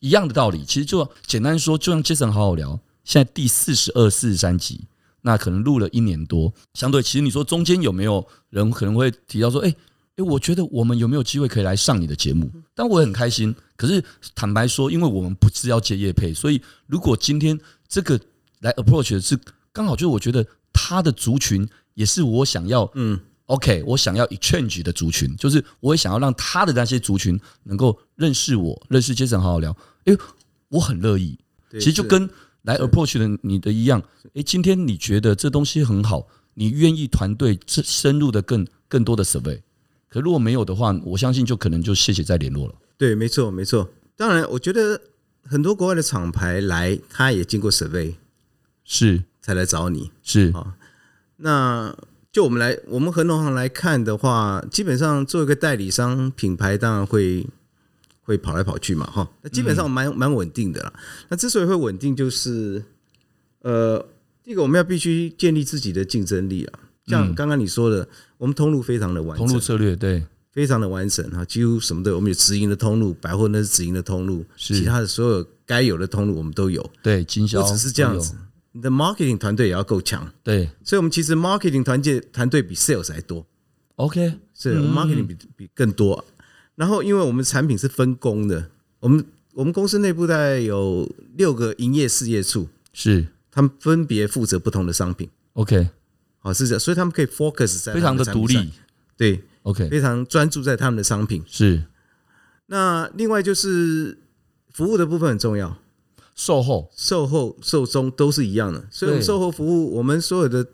[SPEAKER 2] 一样的道理，其实就简单说，就像 Jason 好好聊，现在第四十二、四十三集，那可能录了一年多，相对其实你说中间有没有人可能会提到说，哎、哎、我觉得我们有没有机会可以来上你的节目？但我很开心。可是坦白说，因为我们不是要接业配，所以如果今天这个来 approach 的是刚好，就是我觉得他的族群也是我想要，嗯，OK，我想要 exchange 的族群，就是我也想要让他的那些族群能够认识我，认识 Jason 好好聊。哎、我很乐意，
[SPEAKER 3] 对
[SPEAKER 2] 其实就跟来 approach 的你的一样，诶，今天你觉得这东西很好，你愿意团队深深入的更更多的 survey，可如果没有的话，我相信就可能就谢谢再联络了。
[SPEAKER 3] 对，没错，没错。当然，我觉得很多国外的厂牌来，他也经过 survey
[SPEAKER 2] 是
[SPEAKER 3] 才来找你。
[SPEAKER 2] 是
[SPEAKER 3] 好那就我们来，我们合同行来看的话，基本上做一个代理商品牌，当然会会跑来跑去嘛，哈。那基本上蛮蛮稳定的啦。那之所以会稳定，就是呃，第一个我们要必须建立自己的竞争力啊。像刚刚你说的，我们通路非常的完
[SPEAKER 2] 同
[SPEAKER 3] 整
[SPEAKER 2] 路，策略，对，
[SPEAKER 3] 非常的完整哈，几乎什么都有。我们有直营的通路，百货那是直营的通路，
[SPEAKER 2] 是
[SPEAKER 3] 其他的所有该有的通路我们都有。
[SPEAKER 2] 对，经销
[SPEAKER 3] 不只是这样子
[SPEAKER 2] 都有，，
[SPEAKER 3] 你的 marketing 团队也要够强。
[SPEAKER 2] 对
[SPEAKER 3] 所以我们其实 marketing 团队团队比 sales 还多，
[SPEAKER 2] ，OK，
[SPEAKER 3] 是、我们 marketing 比比更多。然后，因为我们产品是分工的，我们我们公司内部大概有六个营业事业处，
[SPEAKER 2] 是
[SPEAKER 3] 他们分别负责不同的商品，
[SPEAKER 2] OK，
[SPEAKER 3] 好是这样，所以他们可以 focus 在
[SPEAKER 2] 非常
[SPEAKER 3] 他们
[SPEAKER 2] 的
[SPEAKER 3] 产
[SPEAKER 2] 独
[SPEAKER 3] 品上
[SPEAKER 2] 立，
[SPEAKER 3] 对，
[SPEAKER 2] ，OK，
[SPEAKER 3] 非常专注在他们的商品。
[SPEAKER 2] 是
[SPEAKER 3] 那另外就是服务的部分很重要，
[SPEAKER 2] 售后，
[SPEAKER 3] 售后、售中都是一样的，所以我们
[SPEAKER 2] 对
[SPEAKER 3] 售后服务，我们所有的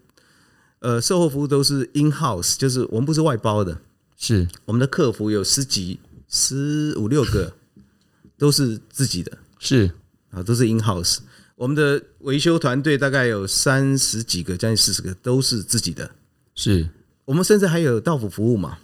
[SPEAKER 3] 呃售后服务都是 in house，就是我们不是外包的。
[SPEAKER 2] 是
[SPEAKER 3] 我们的客服有十几、十五六个，都是自己的
[SPEAKER 2] 是
[SPEAKER 3] 啊，都是 in house。我们的维修团队大概有三十几个，将近四十个，都是自己的。
[SPEAKER 2] 是。
[SPEAKER 3] 我们甚至还有到府服务嘛，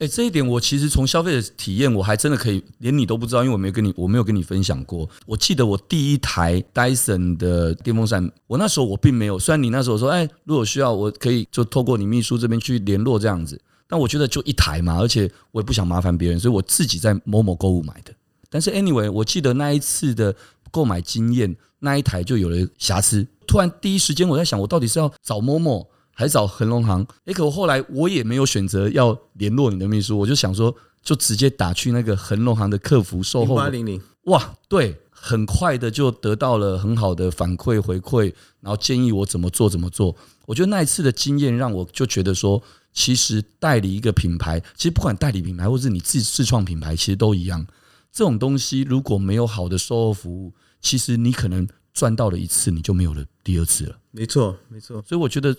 [SPEAKER 2] 哎、这一点我其实从消费者体验，我还真的可以连你都不知道，因为我没有跟你，我没有跟你分享过。我记得我第一台 Dyson 的电风扇，我那时候我并没有，虽然你那时候说，哎、如果需要，我可以就透过你秘书这边去联络这样子，但我觉得就一台嘛，而且我也不想麻烦别人，所以我自己在某某购物买的。但是 anyway，我记得那一次的购买经验，那一台就有了瑕疵。突然第一时间我在想，我到底是要找某某还是找恒隆行？诶，可我后来我也没有选择要联络你的秘书，我就想说，就直接打去那个恒隆行的客服售
[SPEAKER 3] 零
[SPEAKER 2] 后。
[SPEAKER 3] 八零零。
[SPEAKER 2] 哇，对，很快的就得到了很好的反馈回馈，然后建议我怎么做怎么做。我觉得那一次的经验让我就觉得说，其实代理一个品牌，其实不管代理品牌或是你自自创品牌，其实都一样。这种东西如果没有好的售后服务，其实你可能赚到了一次，你就没有了第二次了。
[SPEAKER 3] 没错，没错，
[SPEAKER 2] 所以我觉得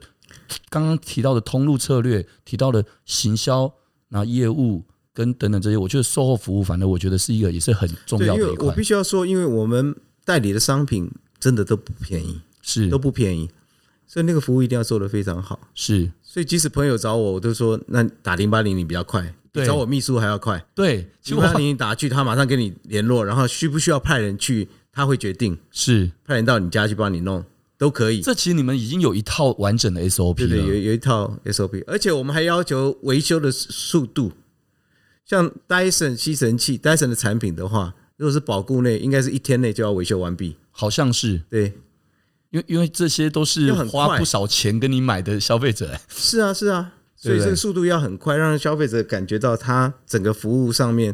[SPEAKER 2] 刚刚提到的通路策略，提到的行销，然后业务跟等等这些，我觉得售后服务，反正我觉得是一个也是很重
[SPEAKER 3] 对，
[SPEAKER 2] 要
[SPEAKER 3] 因
[SPEAKER 2] 的
[SPEAKER 3] 为
[SPEAKER 2] 一
[SPEAKER 3] 我
[SPEAKER 2] 块
[SPEAKER 3] 必。须要说，因为我们代理的商品真的都不便宜，
[SPEAKER 2] 是
[SPEAKER 3] 都不便宜，所以那个服务一定要做得非常好。
[SPEAKER 2] 是，
[SPEAKER 3] 所以即使朋友找我，我都说那打零八零零比较快，
[SPEAKER 2] 对
[SPEAKER 3] 找我秘书还要快。
[SPEAKER 2] 对，
[SPEAKER 3] 零八零零打去，他马上跟你联络，然后需不需要派人去，他会决定
[SPEAKER 2] 是
[SPEAKER 3] 派人到你家去帮你弄，都可以。
[SPEAKER 2] 这其实你们已经有一套完整的 SOP
[SPEAKER 3] 对对，有
[SPEAKER 2] 了，
[SPEAKER 3] 有一套 SOP，而且我们还要求维修的速度。像 Dyson 吸尘器，Dyson 的产品的话，如果是保固内，应该是一天内就要维修完毕。
[SPEAKER 2] 好像是
[SPEAKER 3] 对，
[SPEAKER 2] 因为因为这些都是
[SPEAKER 3] 又很
[SPEAKER 2] 花
[SPEAKER 3] 快
[SPEAKER 2] 不少钱跟你买的消费者，
[SPEAKER 3] 是啊，是啊，所
[SPEAKER 2] 对
[SPEAKER 3] 以
[SPEAKER 2] 不对
[SPEAKER 3] 这个速度要很快，让消费者感觉到他整个服务上面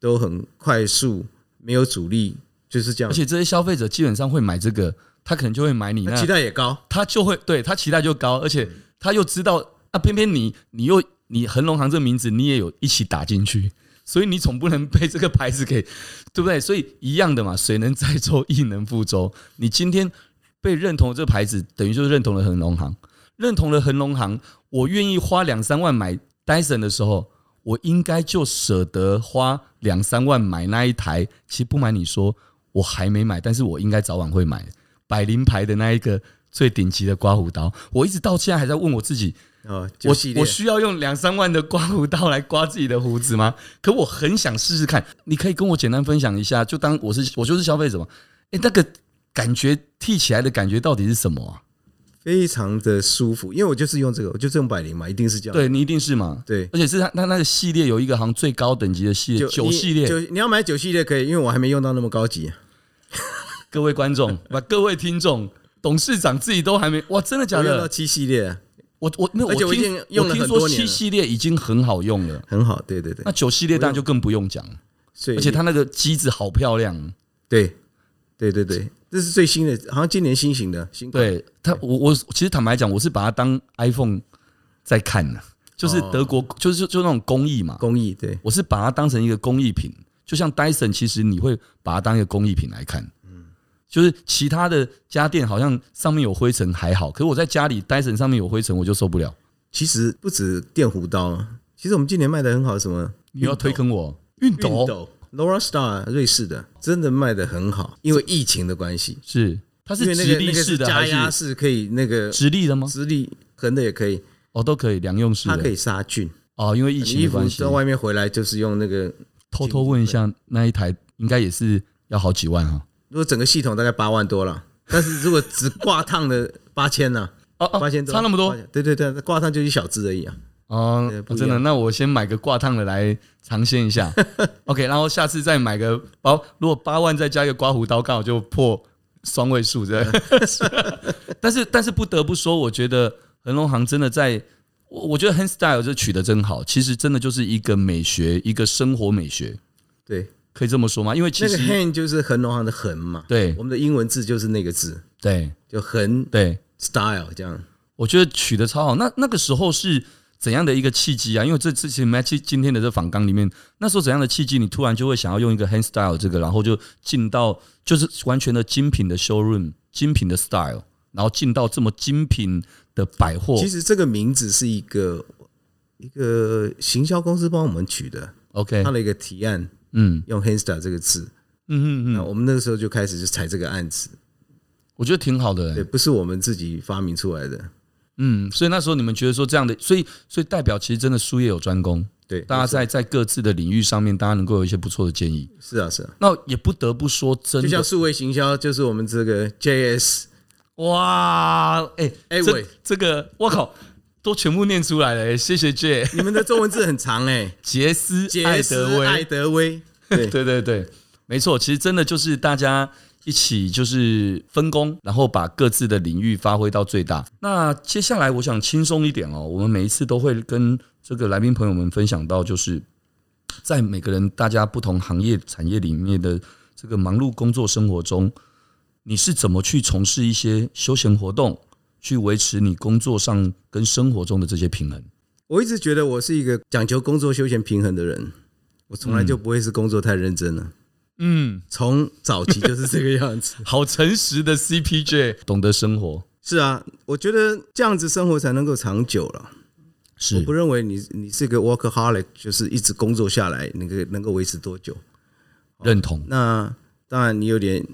[SPEAKER 3] 都很快速，没有阻力，就是这样
[SPEAKER 2] 而。且这些消费者基本上会买这个，他可能就会买你
[SPEAKER 3] 那
[SPEAKER 2] 那，
[SPEAKER 3] 期待也高，
[SPEAKER 2] 他就会对他期待就高，而且他又知道啊，偏偏你你又你恒隆行这名字你也有一起打进去。所以你总不能被这个牌子给， 对不对？所以一样的嘛，水能载舟，亦能覆舟。你今天被认同这个牌子，等于就是认同了恒隆行，认同了恒隆行，我愿意花两三万买 Dyson 的时候，我应该就舍得花两三万买那一台。其实不瞒你说，我还没买，但是我应该早晚会买。百灵牌的那一个最顶级的刮胡刀，我一直到现在还在问我自己，
[SPEAKER 3] 哦，
[SPEAKER 2] 我
[SPEAKER 3] 就系列
[SPEAKER 2] 我需要用两三万的刮胡刀来刮自己的胡子吗？可我很想试试看，你可以跟我简单分享一下，就当我是我就是消费者嘛。诶，那个感觉剃起来的感觉到底是什么啊？
[SPEAKER 3] 非常的舒服，因为我就是用这个，我就是用百灵嘛，一定是这样。
[SPEAKER 2] 对你一定是嘛？
[SPEAKER 3] 对，
[SPEAKER 2] 而且是它它那个系列有一个好像最高等级的系列
[SPEAKER 3] 就
[SPEAKER 2] 九
[SPEAKER 3] 你
[SPEAKER 2] 系列，
[SPEAKER 3] 九你要买九系列可以，因为我还没用到那么高级。啊
[SPEAKER 2] 各位观 众不各位听众，董事长自己都还没哇，真的假
[SPEAKER 3] 我用到
[SPEAKER 2] 的？
[SPEAKER 3] 七系列
[SPEAKER 2] 我我没有，
[SPEAKER 3] 而且
[SPEAKER 2] 我
[SPEAKER 3] 我已
[SPEAKER 2] 听
[SPEAKER 3] 经用了
[SPEAKER 2] 我听
[SPEAKER 3] 很多
[SPEAKER 2] 说
[SPEAKER 3] 年
[SPEAKER 2] 七
[SPEAKER 3] 了
[SPEAKER 2] 系列已经很好用了，
[SPEAKER 3] 很好，对对对
[SPEAKER 2] 那，九系列当然就更不用讲，
[SPEAKER 3] 所以
[SPEAKER 2] 而且它那个机子好漂亮。
[SPEAKER 3] 对对对对，这是最新的，好像今年新型的新款。
[SPEAKER 2] 对它，我我其实坦白讲，我是把它当 iPhone 在看的，就是
[SPEAKER 3] 哦
[SPEAKER 2] 德国，就是就那种工艺嘛，
[SPEAKER 3] 工艺对
[SPEAKER 2] 我是把它当成一个工艺品，就像 Dyson，其实你会把它当一个工艺品来看。
[SPEAKER 3] 嗯
[SPEAKER 2] 就是其他的家电好像上面有灰尘还好，可是我在家里 Dyson 上面有灰尘我就受不了。
[SPEAKER 3] 其实不止电弧刀，啊其实我们今年卖的很好，什么
[SPEAKER 2] 你要推坑我熨
[SPEAKER 3] 熨
[SPEAKER 2] 斗
[SPEAKER 3] 斗 Laura Star 瑞士的，真的卖的很好，因为疫情的关系，
[SPEAKER 2] 是它
[SPEAKER 3] 因为
[SPEAKER 2] 是
[SPEAKER 3] 那
[SPEAKER 2] 直
[SPEAKER 3] 个
[SPEAKER 2] 立
[SPEAKER 3] 那个
[SPEAKER 2] 式
[SPEAKER 3] 是
[SPEAKER 2] 的
[SPEAKER 3] 加
[SPEAKER 2] 还
[SPEAKER 3] 压
[SPEAKER 2] 是
[SPEAKER 3] 式，可以那个
[SPEAKER 2] 直立的吗？
[SPEAKER 3] 直立横的也可以，
[SPEAKER 2] 哦，都可以两用式
[SPEAKER 3] 它可
[SPEAKER 2] 的
[SPEAKER 3] 以杀菌。
[SPEAKER 2] 哦，因为疫
[SPEAKER 3] 你
[SPEAKER 2] 情
[SPEAKER 3] 衣
[SPEAKER 2] 的
[SPEAKER 3] 服
[SPEAKER 2] 关系
[SPEAKER 3] 在。外面回来就是用那个，
[SPEAKER 2] 偷偷问一下，那一台应该也是要好几万啊？
[SPEAKER 3] 如果整个系统大概八万多了，但是如果只挂烫的 八千呢，
[SPEAKER 2] 哦
[SPEAKER 3] 八
[SPEAKER 2] 哦，
[SPEAKER 3] 千
[SPEAKER 2] 差那么多
[SPEAKER 3] 8000对对对，挂烫就一小只而已啊。
[SPEAKER 2] 哦
[SPEAKER 3] 对，不
[SPEAKER 2] 哦
[SPEAKER 3] 一
[SPEAKER 2] 真的，
[SPEAKER 3] 样
[SPEAKER 2] 那我先买个挂烫的来尝鲜一 下。OK，然后下次再买个包，如果八万再加一个刮胡刀，刚好就破双位数这样。
[SPEAKER 3] 嗯
[SPEAKER 2] 但是但是不得不说，我觉得恒隆行真的在，我我觉得 Hand Style 这取得真好，其实真的就是一个美学，一个生活美学，
[SPEAKER 3] 对，
[SPEAKER 2] 可以这么说吗？因为其
[SPEAKER 3] 那个
[SPEAKER 2] 实
[SPEAKER 3] hand 就是横农行的横嘛，
[SPEAKER 2] 对
[SPEAKER 3] 我们的英文字就是那个字，
[SPEAKER 2] 对
[SPEAKER 3] 就横
[SPEAKER 2] 对，
[SPEAKER 3] style 这样。
[SPEAKER 2] 我觉得取得超好。那那个时候是怎样的一个契机啊？因为这之前 match 今天的这访纲里面，那时候怎样的契机，你突然就会想要用一个 hand style 这个，然后就进到就是完全的精品的 showroom，精品的 style，然后进到这么精品的百货。
[SPEAKER 3] 其实这个名字是一个一个行销公司帮我们取的，
[SPEAKER 2] OK，
[SPEAKER 3] 他的一个提案
[SPEAKER 2] 嗯
[SPEAKER 3] 用 hand style 这个字，
[SPEAKER 2] 嗯嗯嗯，
[SPEAKER 3] 那我们那个时候就开始就踩这个案子，
[SPEAKER 2] 我觉得挺好的、
[SPEAKER 3] 对，不是我们自己发明出来的，
[SPEAKER 2] 嗯，所以那时候你们觉得说这样的，所以所以代表其实真的术业有专攻，
[SPEAKER 3] 对，
[SPEAKER 2] 大家在在各自的领域上面，大家能够有一些不错的建议。
[SPEAKER 3] 是啊是啊，
[SPEAKER 2] 那也不得不说，真
[SPEAKER 3] 就像
[SPEAKER 2] 的
[SPEAKER 3] 数位行销就是我们这个 JS，
[SPEAKER 2] 哇，哎、
[SPEAKER 3] 哎
[SPEAKER 2] 这
[SPEAKER 3] 喂
[SPEAKER 2] 这个我靠，都全部念出来了、哎谢谢 J，
[SPEAKER 3] 你们的中文字很长哎
[SPEAKER 2] 杰斯艾
[SPEAKER 3] 杰
[SPEAKER 2] 德
[SPEAKER 3] 斯艾
[SPEAKER 2] 威，
[SPEAKER 3] 德威，对
[SPEAKER 2] 对对对，没错，其实真的就是大家一起就是分工，然后把各自的领域发挥到最大。那接下来我想轻松一点哦，我们每一次都会跟这个来宾朋友们分享到，就是在每个人大家不同行业产业里面的这个忙碌工作生活中，你是怎么去从事一些休闲活动，去维持你工作上跟生活中的这些平衡？
[SPEAKER 3] 我一直觉得我是一个讲求工作休闲平衡的人，我从来就不会是工作太认真了。
[SPEAKER 2] 嗯，
[SPEAKER 3] 从早期就是这个样子。
[SPEAKER 2] 好诚实的 CPJ，懂得生活
[SPEAKER 3] 是啊，我觉得这样子生活才能够长久了。
[SPEAKER 2] 是
[SPEAKER 3] 我不认为你你是个 workaholic，就是一直工作下来，那个能够维持多久？
[SPEAKER 2] 认同，
[SPEAKER 3] 那当然，你有点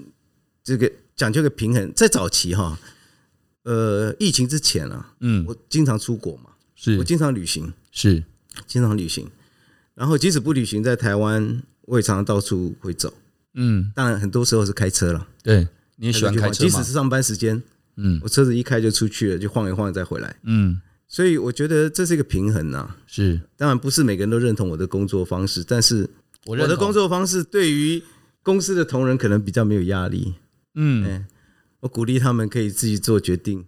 [SPEAKER 3] 这个讲究个平衡。在早期哈，呃，疫情之前啊，
[SPEAKER 2] 嗯，
[SPEAKER 3] 我经常出国嘛，我
[SPEAKER 2] 是
[SPEAKER 3] 经常旅行，
[SPEAKER 2] 是。
[SPEAKER 3] 经常旅行。然后即使不旅行，在台湾我也常常到处会走。
[SPEAKER 2] 嗯，
[SPEAKER 3] 当然，很多时候是开车了。
[SPEAKER 2] 对，你也喜欢
[SPEAKER 3] 这句
[SPEAKER 2] 开
[SPEAKER 3] 话
[SPEAKER 2] 车
[SPEAKER 3] 即
[SPEAKER 2] 嘛
[SPEAKER 3] 使？是上班时间，
[SPEAKER 2] 嗯
[SPEAKER 3] 我车子一开就出去了，就晃一晃再回来。
[SPEAKER 2] 嗯，
[SPEAKER 3] 所以我觉得这是一个平衡啊呐、
[SPEAKER 2] 是
[SPEAKER 3] 当然不是每个人都认同我的工作方式，但是
[SPEAKER 2] 我
[SPEAKER 3] 我
[SPEAKER 2] 认
[SPEAKER 3] 的
[SPEAKER 2] 同
[SPEAKER 3] 工，作方式对于公司的同仁可能比较没有压力。
[SPEAKER 2] 嗯，
[SPEAKER 3] 我鼓励他们可以自己做决定，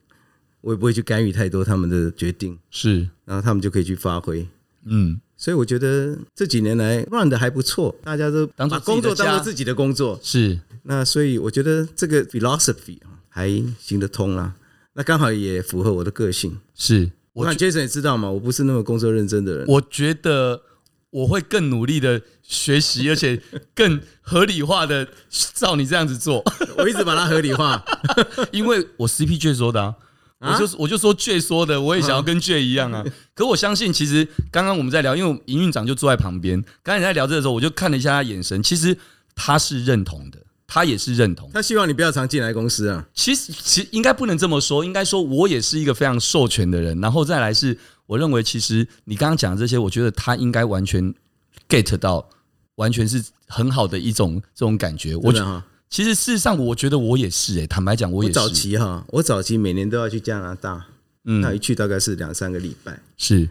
[SPEAKER 3] 我也不会去干预太多他们的决定，
[SPEAKER 2] 是，
[SPEAKER 3] 然后他们就可以去发挥。
[SPEAKER 2] 嗯，
[SPEAKER 3] 所以我觉得这几年来 run 的还不错，大家都
[SPEAKER 2] 当作
[SPEAKER 3] 把
[SPEAKER 2] 自己
[SPEAKER 3] 工
[SPEAKER 2] 的
[SPEAKER 3] 作当做
[SPEAKER 2] 家
[SPEAKER 3] 自己的工作，
[SPEAKER 2] 是
[SPEAKER 3] 那所以我觉得这个 philosophy 啊还行得通啦、那刚好也符合我的个性。
[SPEAKER 2] 是，
[SPEAKER 3] 我
[SPEAKER 2] 我
[SPEAKER 3] 看
[SPEAKER 2] 觉
[SPEAKER 3] Jason 也知道嘛，我不是那么工作认真的人。
[SPEAKER 2] 我觉得我会更努力的学习，而且更合理化的照你这样子做，
[SPEAKER 3] 我一直把它合理化。
[SPEAKER 2] 因为我 CP 卷说的啊。我就我就说倔说的，我也想要跟倔一样啊。可我相信，其实刚刚我们在聊，因为营运长就坐在旁边，刚才你在聊这个时候，我就看了一下他眼神，其实他是认同的，他也是认同。
[SPEAKER 3] 他希望你不要常进来公司啊。
[SPEAKER 2] 其实，其实应该不能这么说，应该说我也是一个非常授权的人。然后再来是，我认为其实你刚刚讲的这些，我觉得他应该完全 get 到，完全是很好的一种这种感觉。我
[SPEAKER 3] 真的哈，
[SPEAKER 2] 其实事实上，我觉得我也是、欸，坦白讲，我
[SPEAKER 3] 我
[SPEAKER 2] 也
[SPEAKER 3] 早
[SPEAKER 2] 是，
[SPEAKER 3] 期哈，我早期每年都要去加拿大，那一去大概是两三个礼拜。
[SPEAKER 2] 嗯是，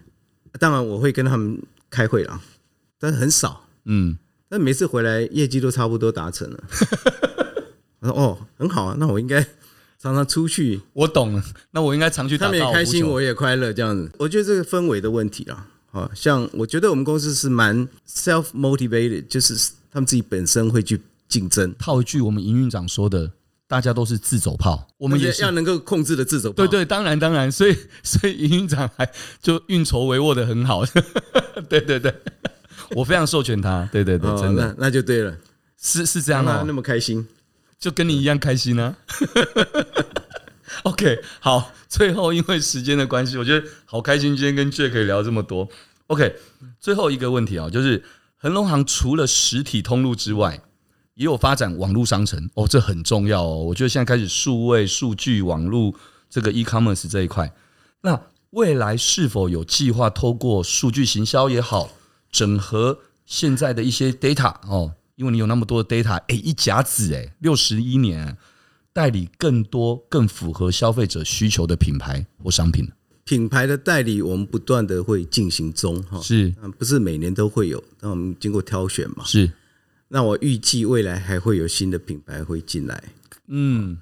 [SPEAKER 3] 当然我会跟他们开会啦，但是很少。
[SPEAKER 2] 嗯，
[SPEAKER 3] 但每次回来业绩都差不多达 成了。我说哦，很好啊，那我应该常常出去，
[SPEAKER 2] 我懂了。那我应该常去打
[SPEAKER 3] 他
[SPEAKER 2] 高
[SPEAKER 3] 们也开心，
[SPEAKER 2] 我
[SPEAKER 3] 我也快乐，这样子。我觉得这个氛围的问题啊，啊，像我觉得我们公司是蛮 self motivated，就是他们自己本身会去竞争，
[SPEAKER 2] 套一句我们营运长说的，大家都是自走炮，我
[SPEAKER 3] 我
[SPEAKER 2] 们也是
[SPEAKER 3] 要能够控制的自走。
[SPEAKER 2] 对，对，当然当然，所以 所以营运长还就运筹帷幄的很好， 对对对，我非常授权他，对对对，
[SPEAKER 3] 哦、
[SPEAKER 2] 真的
[SPEAKER 3] 那那就对了，
[SPEAKER 2] 是是这样
[SPEAKER 3] 让
[SPEAKER 2] 啊
[SPEAKER 3] 他，那么开心。
[SPEAKER 2] 就跟你一样开心啊。OK，好，最后因为时间的关系，我觉得好开心，今天跟 Jack 可以聊这么多。OK，最后一个问题啊，就是恒隆行除了实体通路之外，也有发展网络商城哦，这很重要哦。我觉得现在开始数位、数据、网络这个 e-commerce 这一块，那未来是否有计划透过数据行销也好，整合现在的一些 data 哦，因为你有那么多的 data，哎、一甲子哎、六十一年、代理更多更符合消费者需求的品牌或商品，
[SPEAKER 3] 品牌的代理，我们不断的会进行中哈，
[SPEAKER 2] 是
[SPEAKER 3] 嗯，不是每年都会有，那我们经过挑选嘛。
[SPEAKER 2] 是，
[SPEAKER 3] 那我预计未来还会有新的品牌会进来。
[SPEAKER 2] 嗯，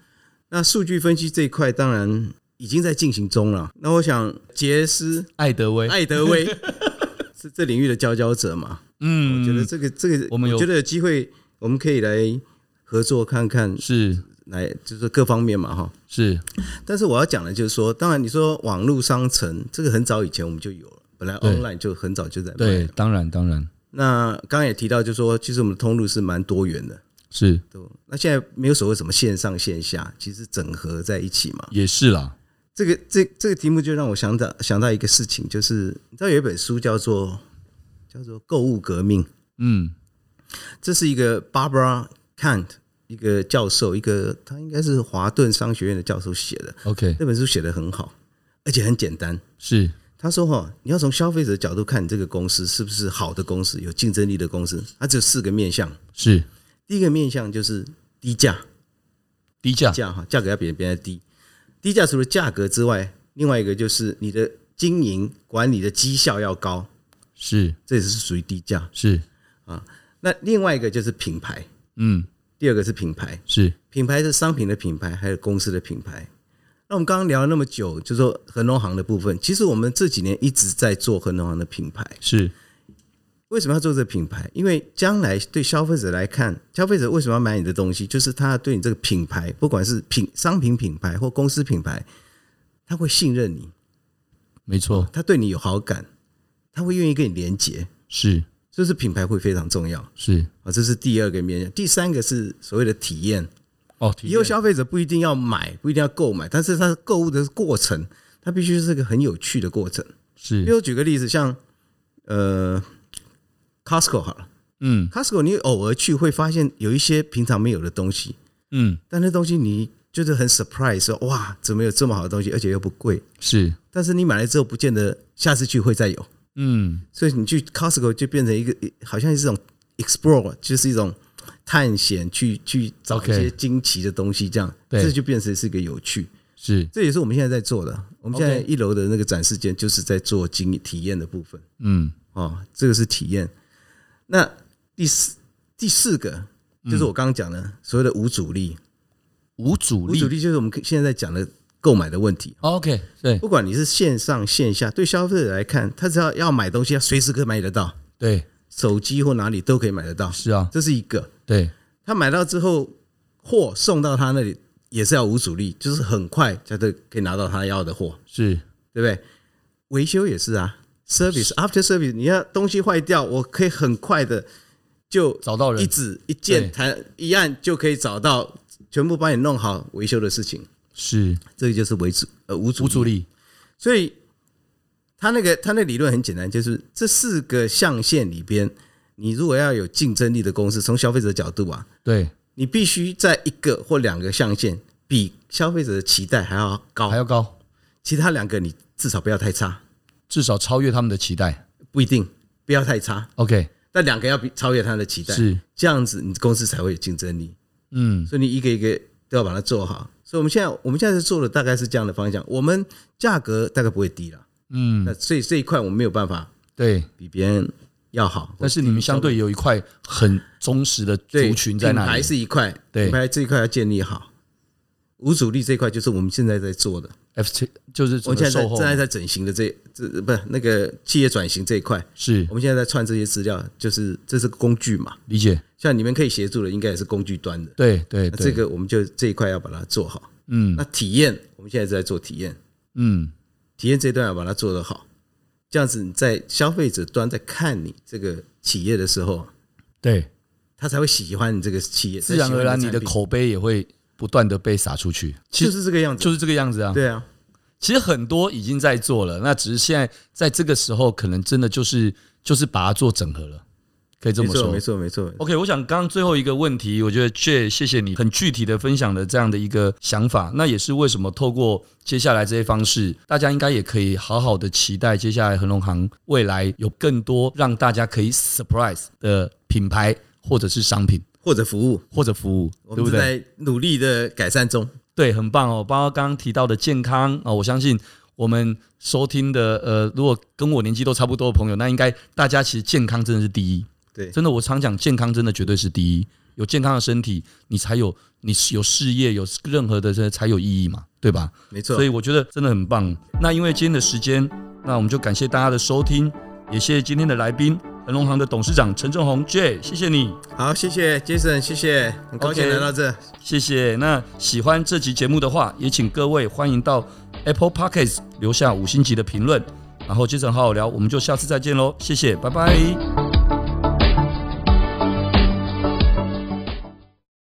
[SPEAKER 3] 那数据分析这一块当然已经在进行中了。那我想，杰斯、
[SPEAKER 2] 艾德威，
[SPEAKER 3] 艾德 威是这领域的佼佼者嘛？
[SPEAKER 2] 嗯，
[SPEAKER 3] 我觉得这个这个，
[SPEAKER 2] 我们有
[SPEAKER 3] 觉得有机会，我们可以来合作看看，
[SPEAKER 2] 是
[SPEAKER 3] 来就是各方面嘛哈。
[SPEAKER 2] 是
[SPEAKER 3] 但是我要讲的就是说，当然你说网络商城这个很早以前我们就有了，本来
[SPEAKER 2] 对
[SPEAKER 3] online 就很早就在卖
[SPEAKER 2] 对，
[SPEAKER 3] 了。
[SPEAKER 2] 当然当然
[SPEAKER 3] 那刚刚也提到，就是说其实我们的通路是蛮多元的。
[SPEAKER 2] 是
[SPEAKER 3] 对，那现在没有所谓什么线上线下，其实整合在一起嘛。
[SPEAKER 2] 也是啦，
[SPEAKER 3] 这个这这个题目就让我想到想到一个事情，就是你知道有一本书叫做叫做《购物革命》，
[SPEAKER 2] 嗯
[SPEAKER 3] 这是一个 Barbara Kant 一个教授，一个他应该是华顿商学院的教授写的。
[SPEAKER 2] ，OK，
[SPEAKER 3] 那本书写得很好，而且很简单。
[SPEAKER 2] 是
[SPEAKER 3] 他说：“哈，你要从消费者角度看你这个公司是不是好的公司、有竞争力的公司，它只有四个面向。
[SPEAKER 2] 是
[SPEAKER 3] 第一个面向就是低价，
[SPEAKER 2] 低价，
[SPEAKER 3] 价哈，价格要比别人低。低价除了价格之外，另外一个就是你的经营管理的绩效要高，
[SPEAKER 2] 是
[SPEAKER 3] 这也是属于低价。
[SPEAKER 2] 是，
[SPEAKER 3] 那另外一个就是品牌，
[SPEAKER 2] 嗯
[SPEAKER 3] 第二个是品牌，
[SPEAKER 2] 是
[SPEAKER 3] 品牌是商品的品牌，还有公司的品牌。那我们刚刚聊了那么久，就说恒隆行的部分，其实我们这几年一直在做恒隆行的品牌。
[SPEAKER 2] 是
[SPEAKER 3] 为什么要做这个品牌？因为将来对消费者来看，消费者为什么要买你的东西？就是他对你这个品牌，不管是品商品品牌或公司品牌，他会信任你，
[SPEAKER 2] 没错，
[SPEAKER 3] 他对你有好感，他会愿意跟你连接，
[SPEAKER 2] 是
[SPEAKER 3] 这是品牌会非常重要
[SPEAKER 2] 是
[SPEAKER 3] 啊。这是第二个面向，第三个是所谓的体验。
[SPEAKER 2] 哦，
[SPEAKER 3] 以后消费者不一定要买，不一定要购买，但是他购物的过程，它必须是个很有趣的过程。比
[SPEAKER 2] 是
[SPEAKER 3] 如举个例子，像呃 Costco 好了。
[SPEAKER 2] 嗯
[SPEAKER 3] Costco 你偶尔去会发现有一些平常没有的东西，
[SPEAKER 2] 嗯
[SPEAKER 3] 但那东西你就是很 surprise 说哇，怎么有这么好的东西，而且又不贵。
[SPEAKER 2] 是
[SPEAKER 3] 但是你买来之后，不见得下次去会再有，
[SPEAKER 2] 嗯
[SPEAKER 3] 所以你去 Costco 就变成一个好像是这种 explore，就是一种探险，去去找一
[SPEAKER 2] OK
[SPEAKER 3] 些惊奇的东西，这样
[SPEAKER 2] 对
[SPEAKER 3] 这就变成是一个有趣。
[SPEAKER 2] 是
[SPEAKER 3] 这也是我们现在在做的。我们现在
[SPEAKER 2] OK
[SPEAKER 3] 一楼的那个展示间就是在做经体验的部分。
[SPEAKER 2] 嗯
[SPEAKER 3] 哦，这个是体验。那第四第四个
[SPEAKER 2] 嗯
[SPEAKER 3] 就是我刚刚讲的、所谓的无阻力，
[SPEAKER 2] 无阻
[SPEAKER 3] 无阻
[SPEAKER 2] 力
[SPEAKER 3] 力就是我们现在在讲的购买的问题。
[SPEAKER 2] ，OK，对
[SPEAKER 3] 不管你是线上线下，对消费者来看，他只要要买东西，他随时可以买得到，
[SPEAKER 2] 对
[SPEAKER 3] 手机或哪里都可以买得到，
[SPEAKER 2] 是啊，
[SPEAKER 3] 这是一个。
[SPEAKER 2] 对
[SPEAKER 3] 他买到之后，货送到他那里也是要无阻力，就是很快他就可以拿到他要的货，
[SPEAKER 2] 是
[SPEAKER 3] 对不对？维修也是啊，service after service，你要东西坏掉，我可以很快的就
[SPEAKER 2] 找到
[SPEAKER 3] 一
[SPEAKER 2] 人
[SPEAKER 3] 指一键
[SPEAKER 2] 对
[SPEAKER 3] 弹一按就可以找到全部帮你弄好维修的事情，
[SPEAKER 2] 是
[SPEAKER 3] 这个就是维主呃无主
[SPEAKER 2] 无阻力，
[SPEAKER 3] 所以他那个他那理论很简单，就是这四个象限里边，你如果要有竞争力的公司，从消费者角度啊，
[SPEAKER 2] 对
[SPEAKER 3] 你必须在一个或两个象限比消费者的期待还要高
[SPEAKER 2] 还，要高，
[SPEAKER 3] 其他两个你至少不要太差，
[SPEAKER 2] 至少超越他们的期待。
[SPEAKER 3] 不一定不要太差，
[SPEAKER 2] OK，
[SPEAKER 3] 但两个要比超越他的期待，
[SPEAKER 2] 是，
[SPEAKER 3] 这样子，你公司才会有竞争力。
[SPEAKER 2] 嗯，
[SPEAKER 3] 所以你一个一个都要把它做好。所以我们现在我们现在是做的大概是这样的方向，我们价格大概不会低了，
[SPEAKER 2] 嗯，
[SPEAKER 3] 那所以这一块我们没有办法
[SPEAKER 2] 对。
[SPEAKER 3] 比别人要好。
[SPEAKER 2] 但是你们相对有一块很忠实的
[SPEAKER 3] 对
[SPEAKER 2] 族群在
[SPEAKER 3] 品
[SPEAKER 2] 那
[SPEAKER 3] 牌
[SPEAKER 2] 里，
[SPEAKER 3] 是一块，
[SPEAKER 2] 对
[SPEAKER 3] 品牌这一块要建立好。无主力这一块就是我们现在在做的，
[SPEAKER 2] F 七就是
[SPEAKER 3] 我
[SPEAKER 2] 整
[SPEAKER 3] 们
[SPEAKER 2] 个
[SPEAKER 3] 现在
[SPEAKER 2] 售
[SPEAKER 3] 在
[SPEAKER 2] 后
[SPEAKER 3] 正在在整形的这这不是那个企业转型这一块，
[SPEAKER 2] 是
[SPEAKER 3] 我们现在在串这些资料，就是这是个工具嘛，
[SPEAKER 2] 理解，
[SPEAKER 3] 像你们可以协助的，应该也是工具端的。
[SPEAKER 2] 对对
[SPEAKER 3] 那
[SPEAKER 2] 对，
[SPEAKER 3] 这个我们就这一块要把它做好。
[SPEAKER 2] 嗯
[SPEAKER 3] 那体验，我们现在在做体验，
[SPEAKER 2] 嗯
[SPEAKER 3] 体验这一段要把它做得好，这样子你在消费者端在看你这个企业的时候，
[SPEAKER 2] 对，
[SPEAKER 3] 他才会喜欢你这个企业，
[SPEAKER 2] 自然而然
[SPEAKER 3] 才喜
[SPEAKER 2] 你
[SPEAKER 3] 欢
[SPEAKER 2] 的
[SPEAKER 3] 产品
[SPEAKER 2] 口碑也会不断的被撒出去，其
[SPEAKER 3] 就
[SPEAKER 2] 实
[SPEAKER 3] 是这个样子，
[SPEAKER 2] 就是这个样子啊。
[SPEAKER 3] 对啊，
[SPEAKER 2] 其实很多已经在做了，那只是现在在这个时候，可能真的就是就是把它做整合了，可以这
[SPEAKER 3] 没
[SPEAKER 2] 么
[SPEAKER 3] 错，
[SPEAKER 2] 说
[SPEAKER 3] 没。错，没错。
[SPEAKER 2] OK，我想刚刚最后一个问题，我觉得 J 谢谢你很具体的分享了这样的一个想法，那也是为什么透过接下来这些方式，大家应该也可以好好的期待接下来恒隆行未来有更多让大家可以 surprise 的品牌或者是商品
[SPEAKER 3] 或者服务，
[SPEAKER 2] 或者服务，
[SPEAKER 3] 我
[SPEAKER 2] 对不
[SPEAKER 3] 们正
[SPEAKER 2] 对？
[SPEAKER 3] 在努力的改善中。
[SPEAKER 2] 对，很棒哦，包括刚刚提到的健康啊、我相信我们收听的呃，如果跟我年纪都差不多的朋友，那应该大家其实健康真的是第一，
[SPEAKER 3] 对，
[SPEAKER 2] 真的我常讲健康真的绝对是第一，有健康的身体，你才有你有事业，有任何的这才有意义嘛，对吧？
[SPEAKER 3] 没错
[SPEAKER 2] 所以。我觉得真的很棒。那因为今天的时间，那我们就感谢大家的收听，也谢谢今天的来宾，恒隆行的董事长陈正宏 J，谢谢你。
[SPEAKER 3] 好，谢谢 Jason，谢谢，很高兴
[SPEAKER 2] OK
[SPEAKER 3] 来到这。
[SPEAKER 2] 谢谢。那喜欢这期节目的话，也请各位欢迎到 Apple Podcast 留下五星级的评论，然后接着好好聊，我们就下次再见喽，谢谢，拜拜。